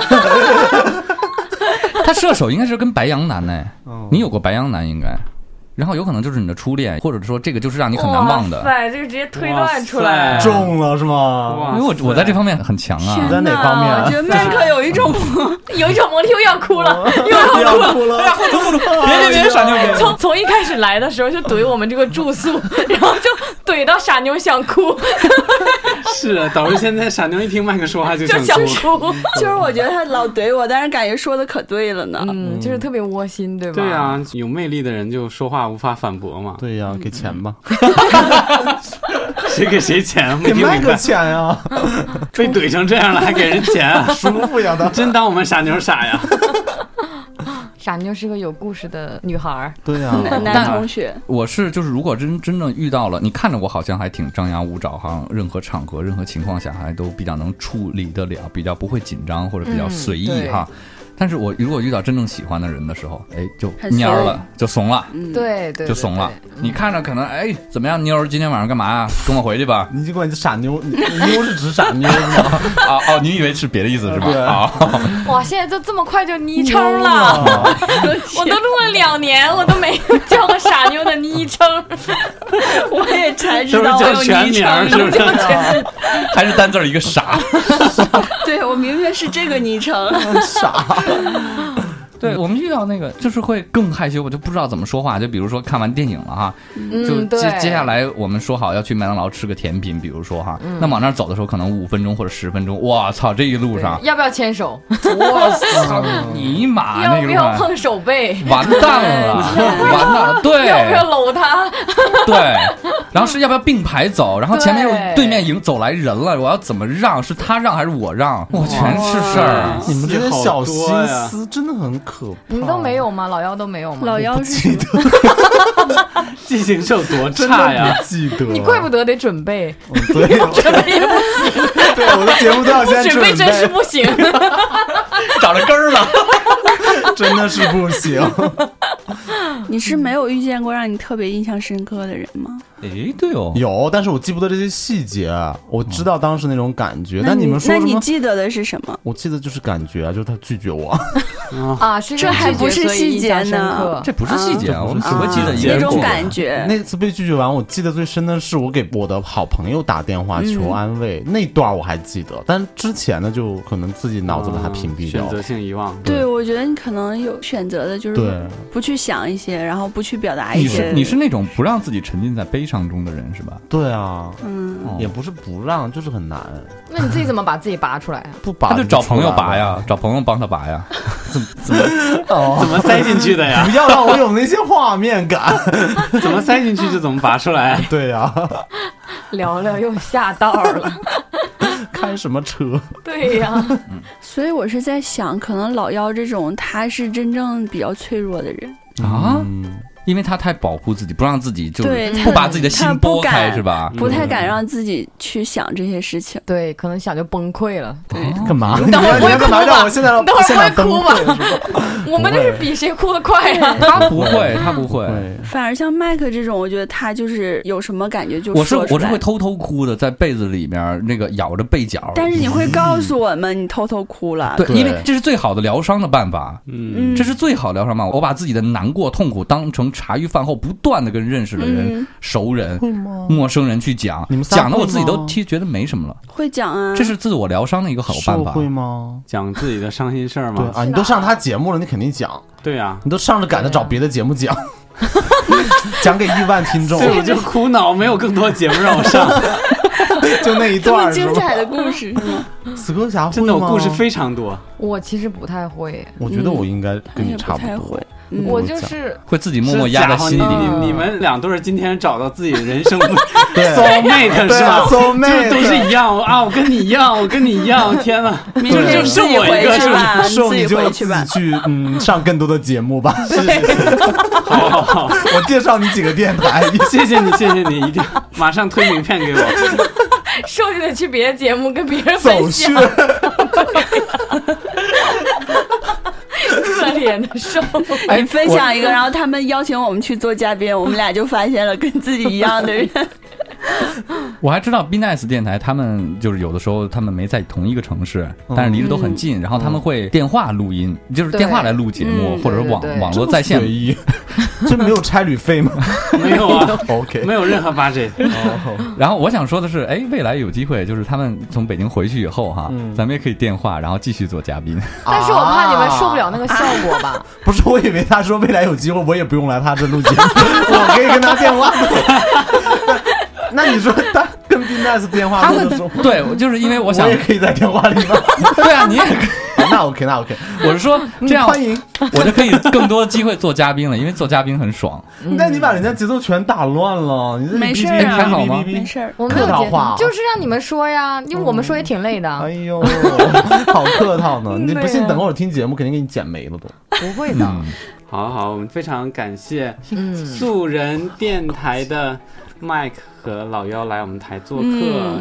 S2: 他射手应该是跟白羊男哎，
S5: 哦
S2: 你有过白羊男应该，然后有可能就是你的初恋，或者说这个就是让你很难忘
S4: 哇
S2: 的。
S4: 塞，这个直接推断出来
S1: 哇
S4: 了。
S1: 塞
S5: 中了是吗？
S1: 哇
S2: 因为我我在这方面很强啊
S5: 你，在哪方
S3: 我觉
S5: 面？
S3: 得麦克有一
S2: *laughs*
S3: 种
S4: 有一种蒙又要哭了，
S2: 哦
S4: 又
S5: 不
S4: 要哭
S5: 要
S4: 了。
S5: 哭了，别别别，傻妞
S4: *laughs*
S5: 别
S4: 从从一开始来的时候就怼我们这个住
S2: *laughs*
S4: 宿，然后就怼到傻妞想哭，
S1: 是，导致现在傻妞一听麦克说话就
S4: 就
S1: 想
S4: 想
S1: 哭。
S4: 哭。
S3: *laughs* 就是我觉得他老怼我，但是感觉说的可对了呢。
S6: 嗯，就是特别窝心，对吧？
S1: 对啊，有魅力的人就说话无法反驳嘛。
S5: 对呀，给钱 *laughs* 吧，
S1: 谁给谁钱？没
S5: 给
S1: 听明
S5: 麦克
S1: 白。
S5: 钱呀，
S1: 被怼成这样了还给人钱
S3: *laughs*
S1: 啊、
S5: *laughs* 舒服呀的。
S1: 真当我们傻妞傻呀？
S6: 傻妞是个有故事的女孩儿，
S5: 对呀，
S3: 男男同学，
S2: 我是就是如果真真正遇到了，你看着我好像还挺张牙舞爪，好像任何场合、任何情况下还都比较能处理得了，比较不会紧张或者比较
S6: 嗯
S2: 随意
S6: 对
S2: 哈。但是我如果遇到真正喜欢的人的时候，哎，就
S3: 很
S2: 蔫儿
S3: 怂
S2: 了，就怂了。
S3: 嗯，
S6: 对对，
S2: 就怂了。你看着可能哎怎么样，妞儿今天晚上干嘛呀？跟我回去吧。 *laughs*
S5: 你就管你傻妞，你妞是指傻妞吗？
S2: 啊哦，你以为是别的意思是吧？
S5: 对
S2: 啊， *laughs*
S4: 哇，现在都这么快就昵称了，
S5: *laughs*
S4: *laughs* 我都录了两年，我都没有叫过傻妞的昵称。
S3: *laughs* 我也才
S1: 是
S3: 知
S1: 不是
S3: 道我
S1: 叫
S3: 有
S1: 全
S3: 昵
S1: 名儿？
S3: 称，
S1: 是不是？
S2: 还是单字儿一个傻。
S3: 对我明明是这个昵称。
S5: 傻，
S2: *laughs* 对我们遇到那个就是会更害羞，我就不知道怎么说话。就比如说看完电影了哈，就
S6: 嗯，
S2: 接
S6: 对，
S2: 接下来我们说好要去麦当劳吃个甜品，比如说哈，
S4: 嗯
S2: 那往那儿走的时候可能五分钟或者十分钟，我操，这一路
S6: 对
S2: 上，
S6: 要不要牵手？
S4: *laughs*
S2: 我操， *laughs* 尼玛
S4: 要
S2: 那
S4: 不
S2: 个
S4: 要
S2: 路上
S4: 碰手背？
S2: 完蛋了，
S4: *laughs*
S2: 完蛋了，嗯对，
S4: 要不要搂他？
S2: *laughs* 对，然后是要不要并排走？然后前面
S6: 对
S2: 又对面迎走来人了，我要怎么让？是他让还是我让？我全是事儿。啊
S5: 你们这些
S1: 好
S5: 小
S1: 多
S5: 心
S1: 呀
S5: 思真的很可怕。
S6: *laughs* 你们都没有吗？老妖都没有吗？
S3: *laughs* 老妖是什么
S1: *laughs* 记性是有多
S5: 真
S1: 差
S5: 的
S1: 呀？
S5: 不记得，
S6: 你怪不得得准备，
S5: 对，对，我的节目都
S6: *laughs*
S5: 要先
S4: 准备
S5: 备，
S4: 真是不行，
S2: 找着根儿了。
S5: *laughs* 真的是不行。
S3: 你是没有遇见过让你特别印象深刻的人吗？
S2: 哎，对哦，
S5: 有，但是我记不得这些细节，我知道当时那种感觉。但
S3: 你
S5: 们说
S3: 那
S5: 什
S3: 你
S5: 么？
S3: 记得的是什么？
S5: 我记得就是感觉，就是他拒绝我，
S6: 啊，是因为
S3: 这还
S6: 拒绝
S3: 不是
S6: 所以
S3: 细
S6: 印象
S3: 节
S6: 深
S3: 呢
S4: *laughs*
S6: 刻
S2: 这不是细节，
S5: 啊
S2: 啊，我们只
S5: 这
S2: 会
S5: 不
S2: 记
S5: 是
S2: 得
S5: 细
S2: 一
S5: 节
S2: 个啊
S3: 那种
S2: 过
S3: 感觉，
S5: 那次被拒绝完，我记得最深的是我给我的好朋友打电话
S3: 嗯
S5: 求安慰，那段我还记得，但之前呢就可能自己 *laughs* 脑子把它屏蔽掉
S1: 选择
S5: 了。
S1: 性遗忘。
S3: 对，我觉得你可能有选择的，就是
S5: 对
S3: 不去想一些，然后不去表达一
S2: 你
S3: 些。
S2: 是你是那种不让自己沉浸在悲伤中的人是吧？
S5: 对啊，
S3: 嗯，
S2: 哦
S5: 也不是不让，就是很难，
S6: 那你自己怎么把自己拔出来啊？
S5: 不拔
S2: 他就找朋友拔
S5: 就
S2: 呀，找朋友帮他拔呀。
S5: 出来
S1: 怎
S5: 了。
S1: *laughs*
S5: 哦，
S1: 么塞进去的
S5: *laughs*
S1: 呀？
S5: 不要让我有那些画面感。
S1: 怎么塞进去就怎么拔出
S3: *laughs*
S1: 来？
S5: 对 *laughs* 呀，
S6: 聊聊又下道了，
S5: 开什么车？
S4: *laughs* 对呀、
S3: 所以我是在想，可能老妖这种他是真正比较脆弱的人，
S2: 啊，
S5: 嗯
S2: 因为他太保护自己，不让自己就是
S3: 对他
S2: 不把自己的心
S3: 他不
S2: 拨开
S3: 敢
S2: 是吧？
S3: 不太敢让自己去想这些事情。
S6: 对，可能想就崩溃了。
S5: 干嘛？你
S4: 等会儿
S5: 要
S4: 不会
S5: 你要干嘛
S4: 哭吧
S5: 让我现在
S4: 等会儿
S5: 现在
S4: 不会哭吧
S5: 崩溃是吧？
S4: 我们这是比谁哭得快啊呀、
S2: 他不会，他不会。
S5: 对。
S3: 反而像麦克这种，我觉得他就是有什么感觉就
S2: 我是
S3: 说出
S2: 我是
S3: 来
S2: 会。偷偷哭的，在被子里面那个咬着被角。
S3: 但是你会告诉我们，你偷偷哭了。
S2: 对，
S5: 对
S2: 因为这是最好的疗伤的办法，
S1: 嗯，
S3: 啊嗯，
S2: 这是最好疗伤办法。我把自己的难过、痛苦当成茶余饭后不断的跟认识的人、
S3: 嗯
S2: 熟人、
S5: 会吗？
S2: 陌生人去讲
S5: 你们，仨
S2: 讲的我
S5: 会吗
S2: 自己都其实觉得没什么了，
S3: 会讲啊。
S2: 这是自我疗伤的一个好办
S5: 社
S2: 法。
S5: 会吗？
S1: 讲自己的伤心事儿
S5: 对
S1: 嘛。
S5: 啊，你都上他节目了，你肯定讲，
S1: 对
S5: *laughs*
S1: 啊，
S5: 你都上着赶着找别的节目讲， *laughs* 讲给亿万听众
S1: 所，以我就苦恼，没有更多节目让我
S5: *laughs*
S1: 上。
S5: 就那一
S3: 这
S5: 段
S3: 么
S5: 儿是
S3: 精
S5: 吧？
S3: 彩的故 *laughs* 事，
S5: 死磕侠会
S1: 真
S5: 吗？
S1: 的，我故事，非常多。
S6: *laughs* 我其实不太会，
S5: 我觉得我应该
S3: 我
S5: 跟
S3: 也
S5: 你差
S3: 不太
S5: 多
S3: 会。。嗯
S6: 我就是
S2: 会自己默默压在心
S1: 是假
S2: 里。
S1: 的你你们两对儿今天找到自己人生 soul
S5: 啊 *laughs* 对
S1: mate
S5: 对
S1: 是吧？
S5: 啊，so
S1: 就
S5: man
S1: 都是一样啊！我跟你一样，我跟你一样，天
S5: *laughs*
S1: 哪！
S3: 明
S1: 就
S3: 天
S1: 就
S3: 你
S1: 剩
S3: 自己
S1: 我一
S3: 回
S1: 个，
S3: 去
S1: 是吧？
S3: 吧，你
S5: 受
S3: 自
S5: 你
S3: 己
S5: 就
S3: 回
S5: 自
S3: 去吧
S5: 己。去嗯上更多的节目吧，
S1: 好好好，
S5: *laughs* 我介绍你几个电台，
S1: *laughs* 谢谢你，谢谢你，一定马上推名片给我。
S4: 瘦就得去别的节目跟别人
S5: 走
S4: 分
S5: 穴
S4: 享，可怜的瘦。
S3: 你分享一个，然后他们邀请我们去做嘉宾，我们俩就发现了跟自己一样的人。
S2: 我还知道 B Nice E 电台，他们就是有的时候他们没在同一个城市，但是离着都很近，然后他们会电话录音，就是电话来录节目，
S6: 对
S2: 或者是
S6: 对对
S2: 网
S6: 对
S2: 网络在线
S5: 随意， *laughs* 这没有差旅费吗
S1: *laughs* 没有
S6: *laughs*
S1: 啊，
S5: ？OK，
S1: 没有任何 budget。
S2: *laughs*
S5: 哦
S2: 然后我想说的是，哎，未来有机会，就是他们从北京回去以后哈，
S5: 嗯
S2: 咱们也可以电话，然后继续做嘉宾。
S6: *laughs* 但是我怕你们受不了那个效果
S1: 啊
S6: 吧？
S5: *laughs* 不是，我以为他说未来有机会，我也不用来他这录节目， *laughs* 我可以跟他电话。 *laughs* 那你说他跟 B Nice 电话录的时候，
S2: 对，我就是因为 *laughs* 我
S5: 我
S2: 想，
S5: 也可以在电话里吗？
S2: 对啊，你 *laughs* 也可以，
S5: 那 OK，那 OK，
S2: 我是说这样，
S5: 欢迎。
S2: 我就可以更多机会做嘉宾了，因为做嘉宾很爽。
S5: 那你把人家节奏全打乱了，你这
S3: 没事
S5: 哔哔哔
S3: 啊
S5: 哔
S2: 还好吗
S5: 哔哔哔
S3: *laughs* 没事儿。
S6: 我没有
S5: 客套
S6: 觉
S5: 话啊
S6: 得，就是让你们说呀，因为我们说也挺累的，
S5: 哎呦，好客套呢！你不信，等会儿听节目肯定给你剪没了都。
S6: 不会的。
S1: 好好，我们非常感谢
S6: 嗯，
S1: 素人电台的麦克和老妖来我们台做客，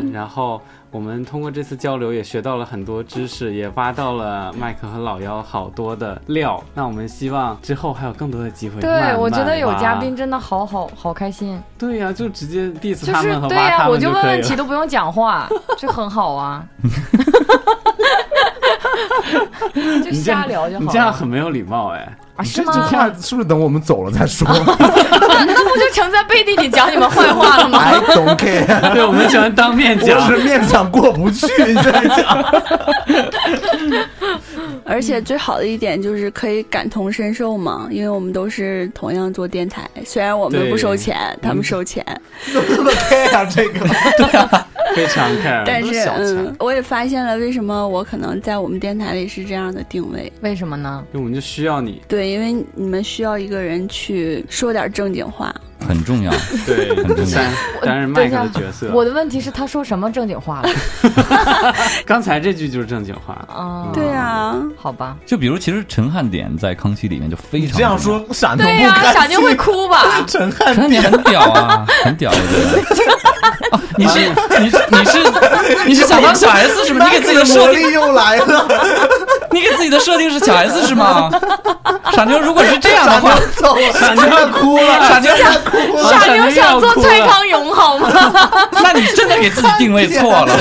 S6: 嗯
S1: 然后我们通过这次交流也学到了很多知识，也挖到了麦克和老妖好多的料。那我们希望之后还有更多的机会。啊慢
S6: 对，
S1: 慢
S6: 我觉得有
S1: 挖
S6: 嘉宾。真的好好好开心，
S1: 对呀、就直接 diss
S6: 就
S1: 他
S6: 是
S1: 们和
S6: 对
S1: 挖
S6: 呀、
S1: 他
S6: 我
S1: 们
S6: 就问
S1: 可以
S6: 问
S1: 了
S6: 题。都不用讲话，
S1: *laughs*
S6: 这很好啊。就
S1: 你这样
S6: 瞎聊就好了，
S1: 你这样很没有礼貌哎。
S6: 啊
S5: 你
S6: 是
S5: 这
S6: 吗
S5: 句？话是不是等我们走了再说 *laughs*
S4: 那不就成在背地里讲你们坏话了吗？
S1: *laughs*
S5: ？I don't care，
S1: 对，我们喜欢当面讲
S5: 我。是面上过不去，你再讲。
S3: 而且最好的一点就是可以感同身受嘛，因为我们都是同样做电台，虽然我们
S1: 对
S3: 不收钱，他们收钱，
S5: 这么 care 这个？
S1: *laughs* 非常 care。
S3: 但
S5: 都
S3: 是
S5: 是小钱
S3: 嗯，我也发现了为什么我可能在我们电台里是这样的定位。
S6: 为什么呢？
S1: 因为我们就需要你，
S3: 对，因为你们需要一个人去说点正经话，
S1: 啊
S2: 很重 *laughs* 要，
S1: 对
S2: 很重，要
S1: 担担任麦克的角色。
S6: 我的问题是他说什么正经话了
S1: 刚才这句就是正经话，
S6: 啊？
S3: 对啊，
S6: 好吧，
S2: 就比如，其实陈汉典在《康熙》里面就非
S5: 你
S2: 常
S5: 这样
S2: 重要，
S5: 说，闪动
S4: 对
S5: 不
S4: 呀、
S5: 开心
S4: 傻妞会。哭
S5: *laughs*
S4: 吧？
S5: 陈汉
S2: 陈汉典
S5: 典，
S2: 很屌 *laughs* 啊，很屌，我觉得。啊你是你是你是你是想当小 S 是吗？你给自己的
S5: 那个魔
S2: 设定，
S5: 力又来了，
S2: 你给自己的设定是小 S 是 *laughs* 吗？傻妞，如果是这样的
S5: 闪
S2: 话，
S5: 电走了，闪电哭了，
S2: 傻妞，
S5: 哭了。
S4: 傻
S1: 妞
S4: 妞想做
S1: 要哭
S4: 蔡
S1: 了
S4: 康永好吗？
S2: 那你真的给自己定位错了。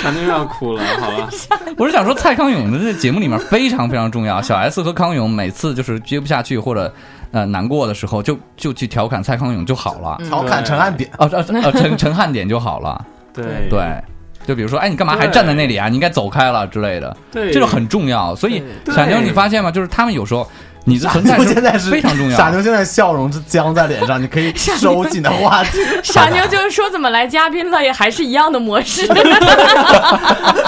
S1: 肯定要哭
S3: *laughs*
S1: 了，好吧？
S2: 我是想说，蔡康永的这节目里面非常非常重要。小 S 和康永每次就是接不下去或者呃难过的时候，就就去调侃蔡康永就好了。
S5: 调侃陈汉典，
S2: 哦哦哦，陈 *laughs* 陈汉典就好了。
S1: 对
S2: 对，就比如说，哎，你干嘛还站在那里啊？你应该走开了之类的，
S1: 对，
S2: 这个很重要。所以，
S1: 对
S2: 傻妞，你发现吗？就是他们有时候你的存在
S5: 傻妞现在是
S2: 非常重
S5: 傻
S2: 要。
S5: 妞现在笑容是僵在脸上，你可以收紧的
S4: *laughs*
S5: 话题。
S4: 傻妞就是说怎么来嘉宾了，也还是一样的模式。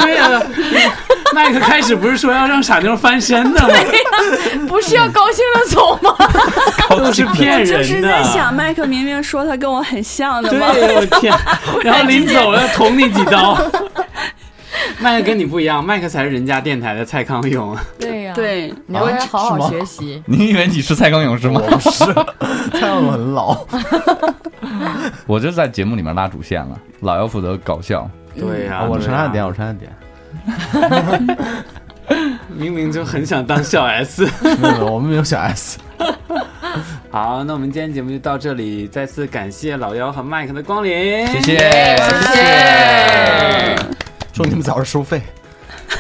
S1: 对呀、 *laughs* 麦克开始不是说要让傻妞翻身的吗？
S4: 不是要高兴的走吗？
S1: 都是骗
S3: 啊我就
S1: 人
S3: 是在
S1: 的。
S3: 想，麦克明明说他跟我很像的
S1: 对，
S3: 嘛，
S1: 我天！然后临走了捅你几刀。 *laughs* 麦克跟你不一样，麦克才是人家电台的蔡康永。
S6: 对呀、，
S3: *laughs* 对，
S6: 你要好
S5: 是
S6: 好
S5: 吗
S6: 学习。
S2: 你以为你是蔡康永是吗？
S5: 我不 *laughs* 是，蔡康永很老，
S2: 我就在节目里面拉主线了，老要负责搞笑。
S1: 对呀、
S5: 我
S1: 对
S5: 陈
S1: 呀
S5: 汉典，我陈汉典。
S1: 明明就很想当小 S。
S5: 没有，没有我们没有小 S。
S1: 好，那我们今天节目就到这里，再次感谢老妖和麦克的光临，
S2: 谢谢，
S6: 谢谢
S5: 祝你们早日收费。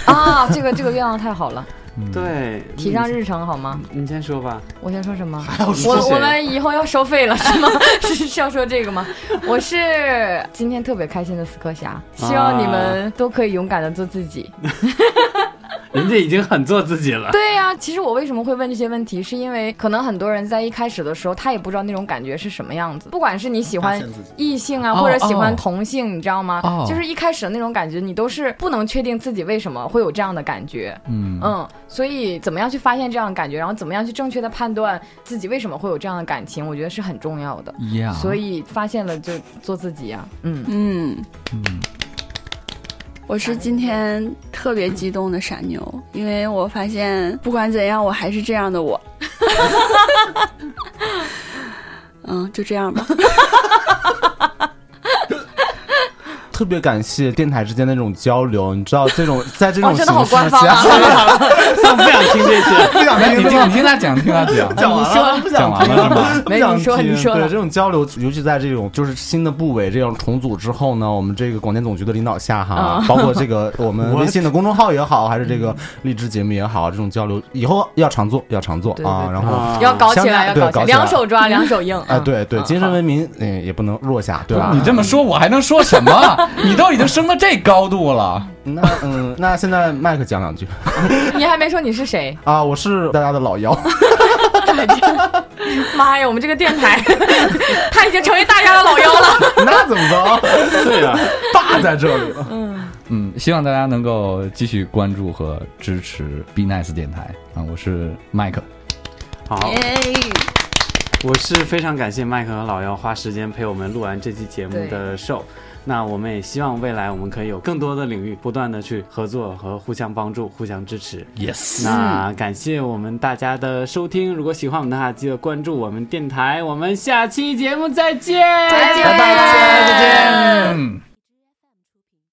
S6: 啊，这个这个愿望太好了，
S1: 对，
S6: 提上日程好吗？
S1: 你，你先说吧。
S6: 我先说什么？
S5: 还有
S6: 我
S5: 说谁
S6: 我们以后要收费了 *laughs* 是吗？是是要说这个吗？我是今天特别开心的死磕侠，希望你们都可以勇敢的做自己。
S1: 人家已经很做自己 *laughs*
S2: *laughs*
S1: 了。
S6: 对呀、其实我为什么会问这些问题，是因为可能很多人在一开始的时候，他也不知道那种感觉是什么样子。不管是你喜欢
S5: 发现自己
S6: 异性啊，
S2: 哦
S6: 或者喜
S2: 哦
S6: 欢同性，你知道吗？
S2: 哦
S6: 就是一开始的那种感觉，你都是不能确定自己为什么会有这样的感觉。
S2: 嗯
S6: 嗯，所以怎么样去发现这样的感觉，然后怎么样去正确的判断自己为什么会有这样的感情，我觉得是很重要的。
S2: 呀，
S6: 所以发现了就做自己呀、嗯，
S3: 嗯。我是今天特别激动的傻妞，因为我发现不管怎样，我还是这样的我。 *laughs* 嗯，就这样吧。
S5: 特别感谢电台之间的那种交流，你知道
S6: *laughs*
S5: 这种在这种
S6: 哦真
S5: 形
S6: 的
S5: 式
S6: 好官方啊
S5: 下，好了好了， *laughs* 不想听这些，不
S2: *laughs*
S5: 想
S2: 哎来，你
S5: 听
S2: 听，你听他讲，听他 *laughs* 讲。
S5: 讲完了，不
S2: 讲
S5: 想
S2: 完
S5: 听
S2: 了是吧？
S5: *laughs* 不
S6: 哎没
S5: 想
S6: 你说
S5: 听
S6: 你说
S5: 对
S6: 吧
S5: 这种交流，尤其在这种就是新的部委这样重组之后呢，我们这个广电总局的领导下哈，
S6: 啊
S5: 包括这个我们微信的公众号也好，还是这个励志节目也好，这种交流以后要常做，要常做
S6: 对
S5: 啊
S6: 对。
S5: 然后
S1: 啊
S6: 要搞起来，
S5: 对
S6: 要
S5: 搞
S6: 搞
S5: 起来
S6: 两手抓，两手硬。
S5: 啊，对对，
S6: 嗯
S5: 精神文明嗯也不能落下，对吧？
S2: 你这么说，我还能说什 *laughs* 么？你都已经升到这高度了，
S5: 那嗯，那现在麦克讲两句
S6: 你还没说你是谁？
S5: 啊，我是大家的老姚。
S6: 妈呀，我们这个电台， *laughs* 他已经成为大家的老幺了。
S5: 那怎么着？ *laughs*
S1: 对啊呀、
S5: 爸在这里了。
S2: 嗯，希望大家能够继续关注和支持 Be Nice 电台啊！我是麦克，
S6: *laughs*
S1: 好，
S3: 耶
S1: 我是非常感谢麦克和老姚花时间陪我们录完这期节目的 show。那我们也希望未来我们可以有更多的领域不断的去合作和互相帮助、互相支持。
S2: Yes，
S1: 那感谢我们大家的收听，如果喜欢我们的 *laughs* 话，记得关注我们电台。我们下期节目再见，
S4: 再见
S1: 拜拜
S4: 再见
S2: 嗯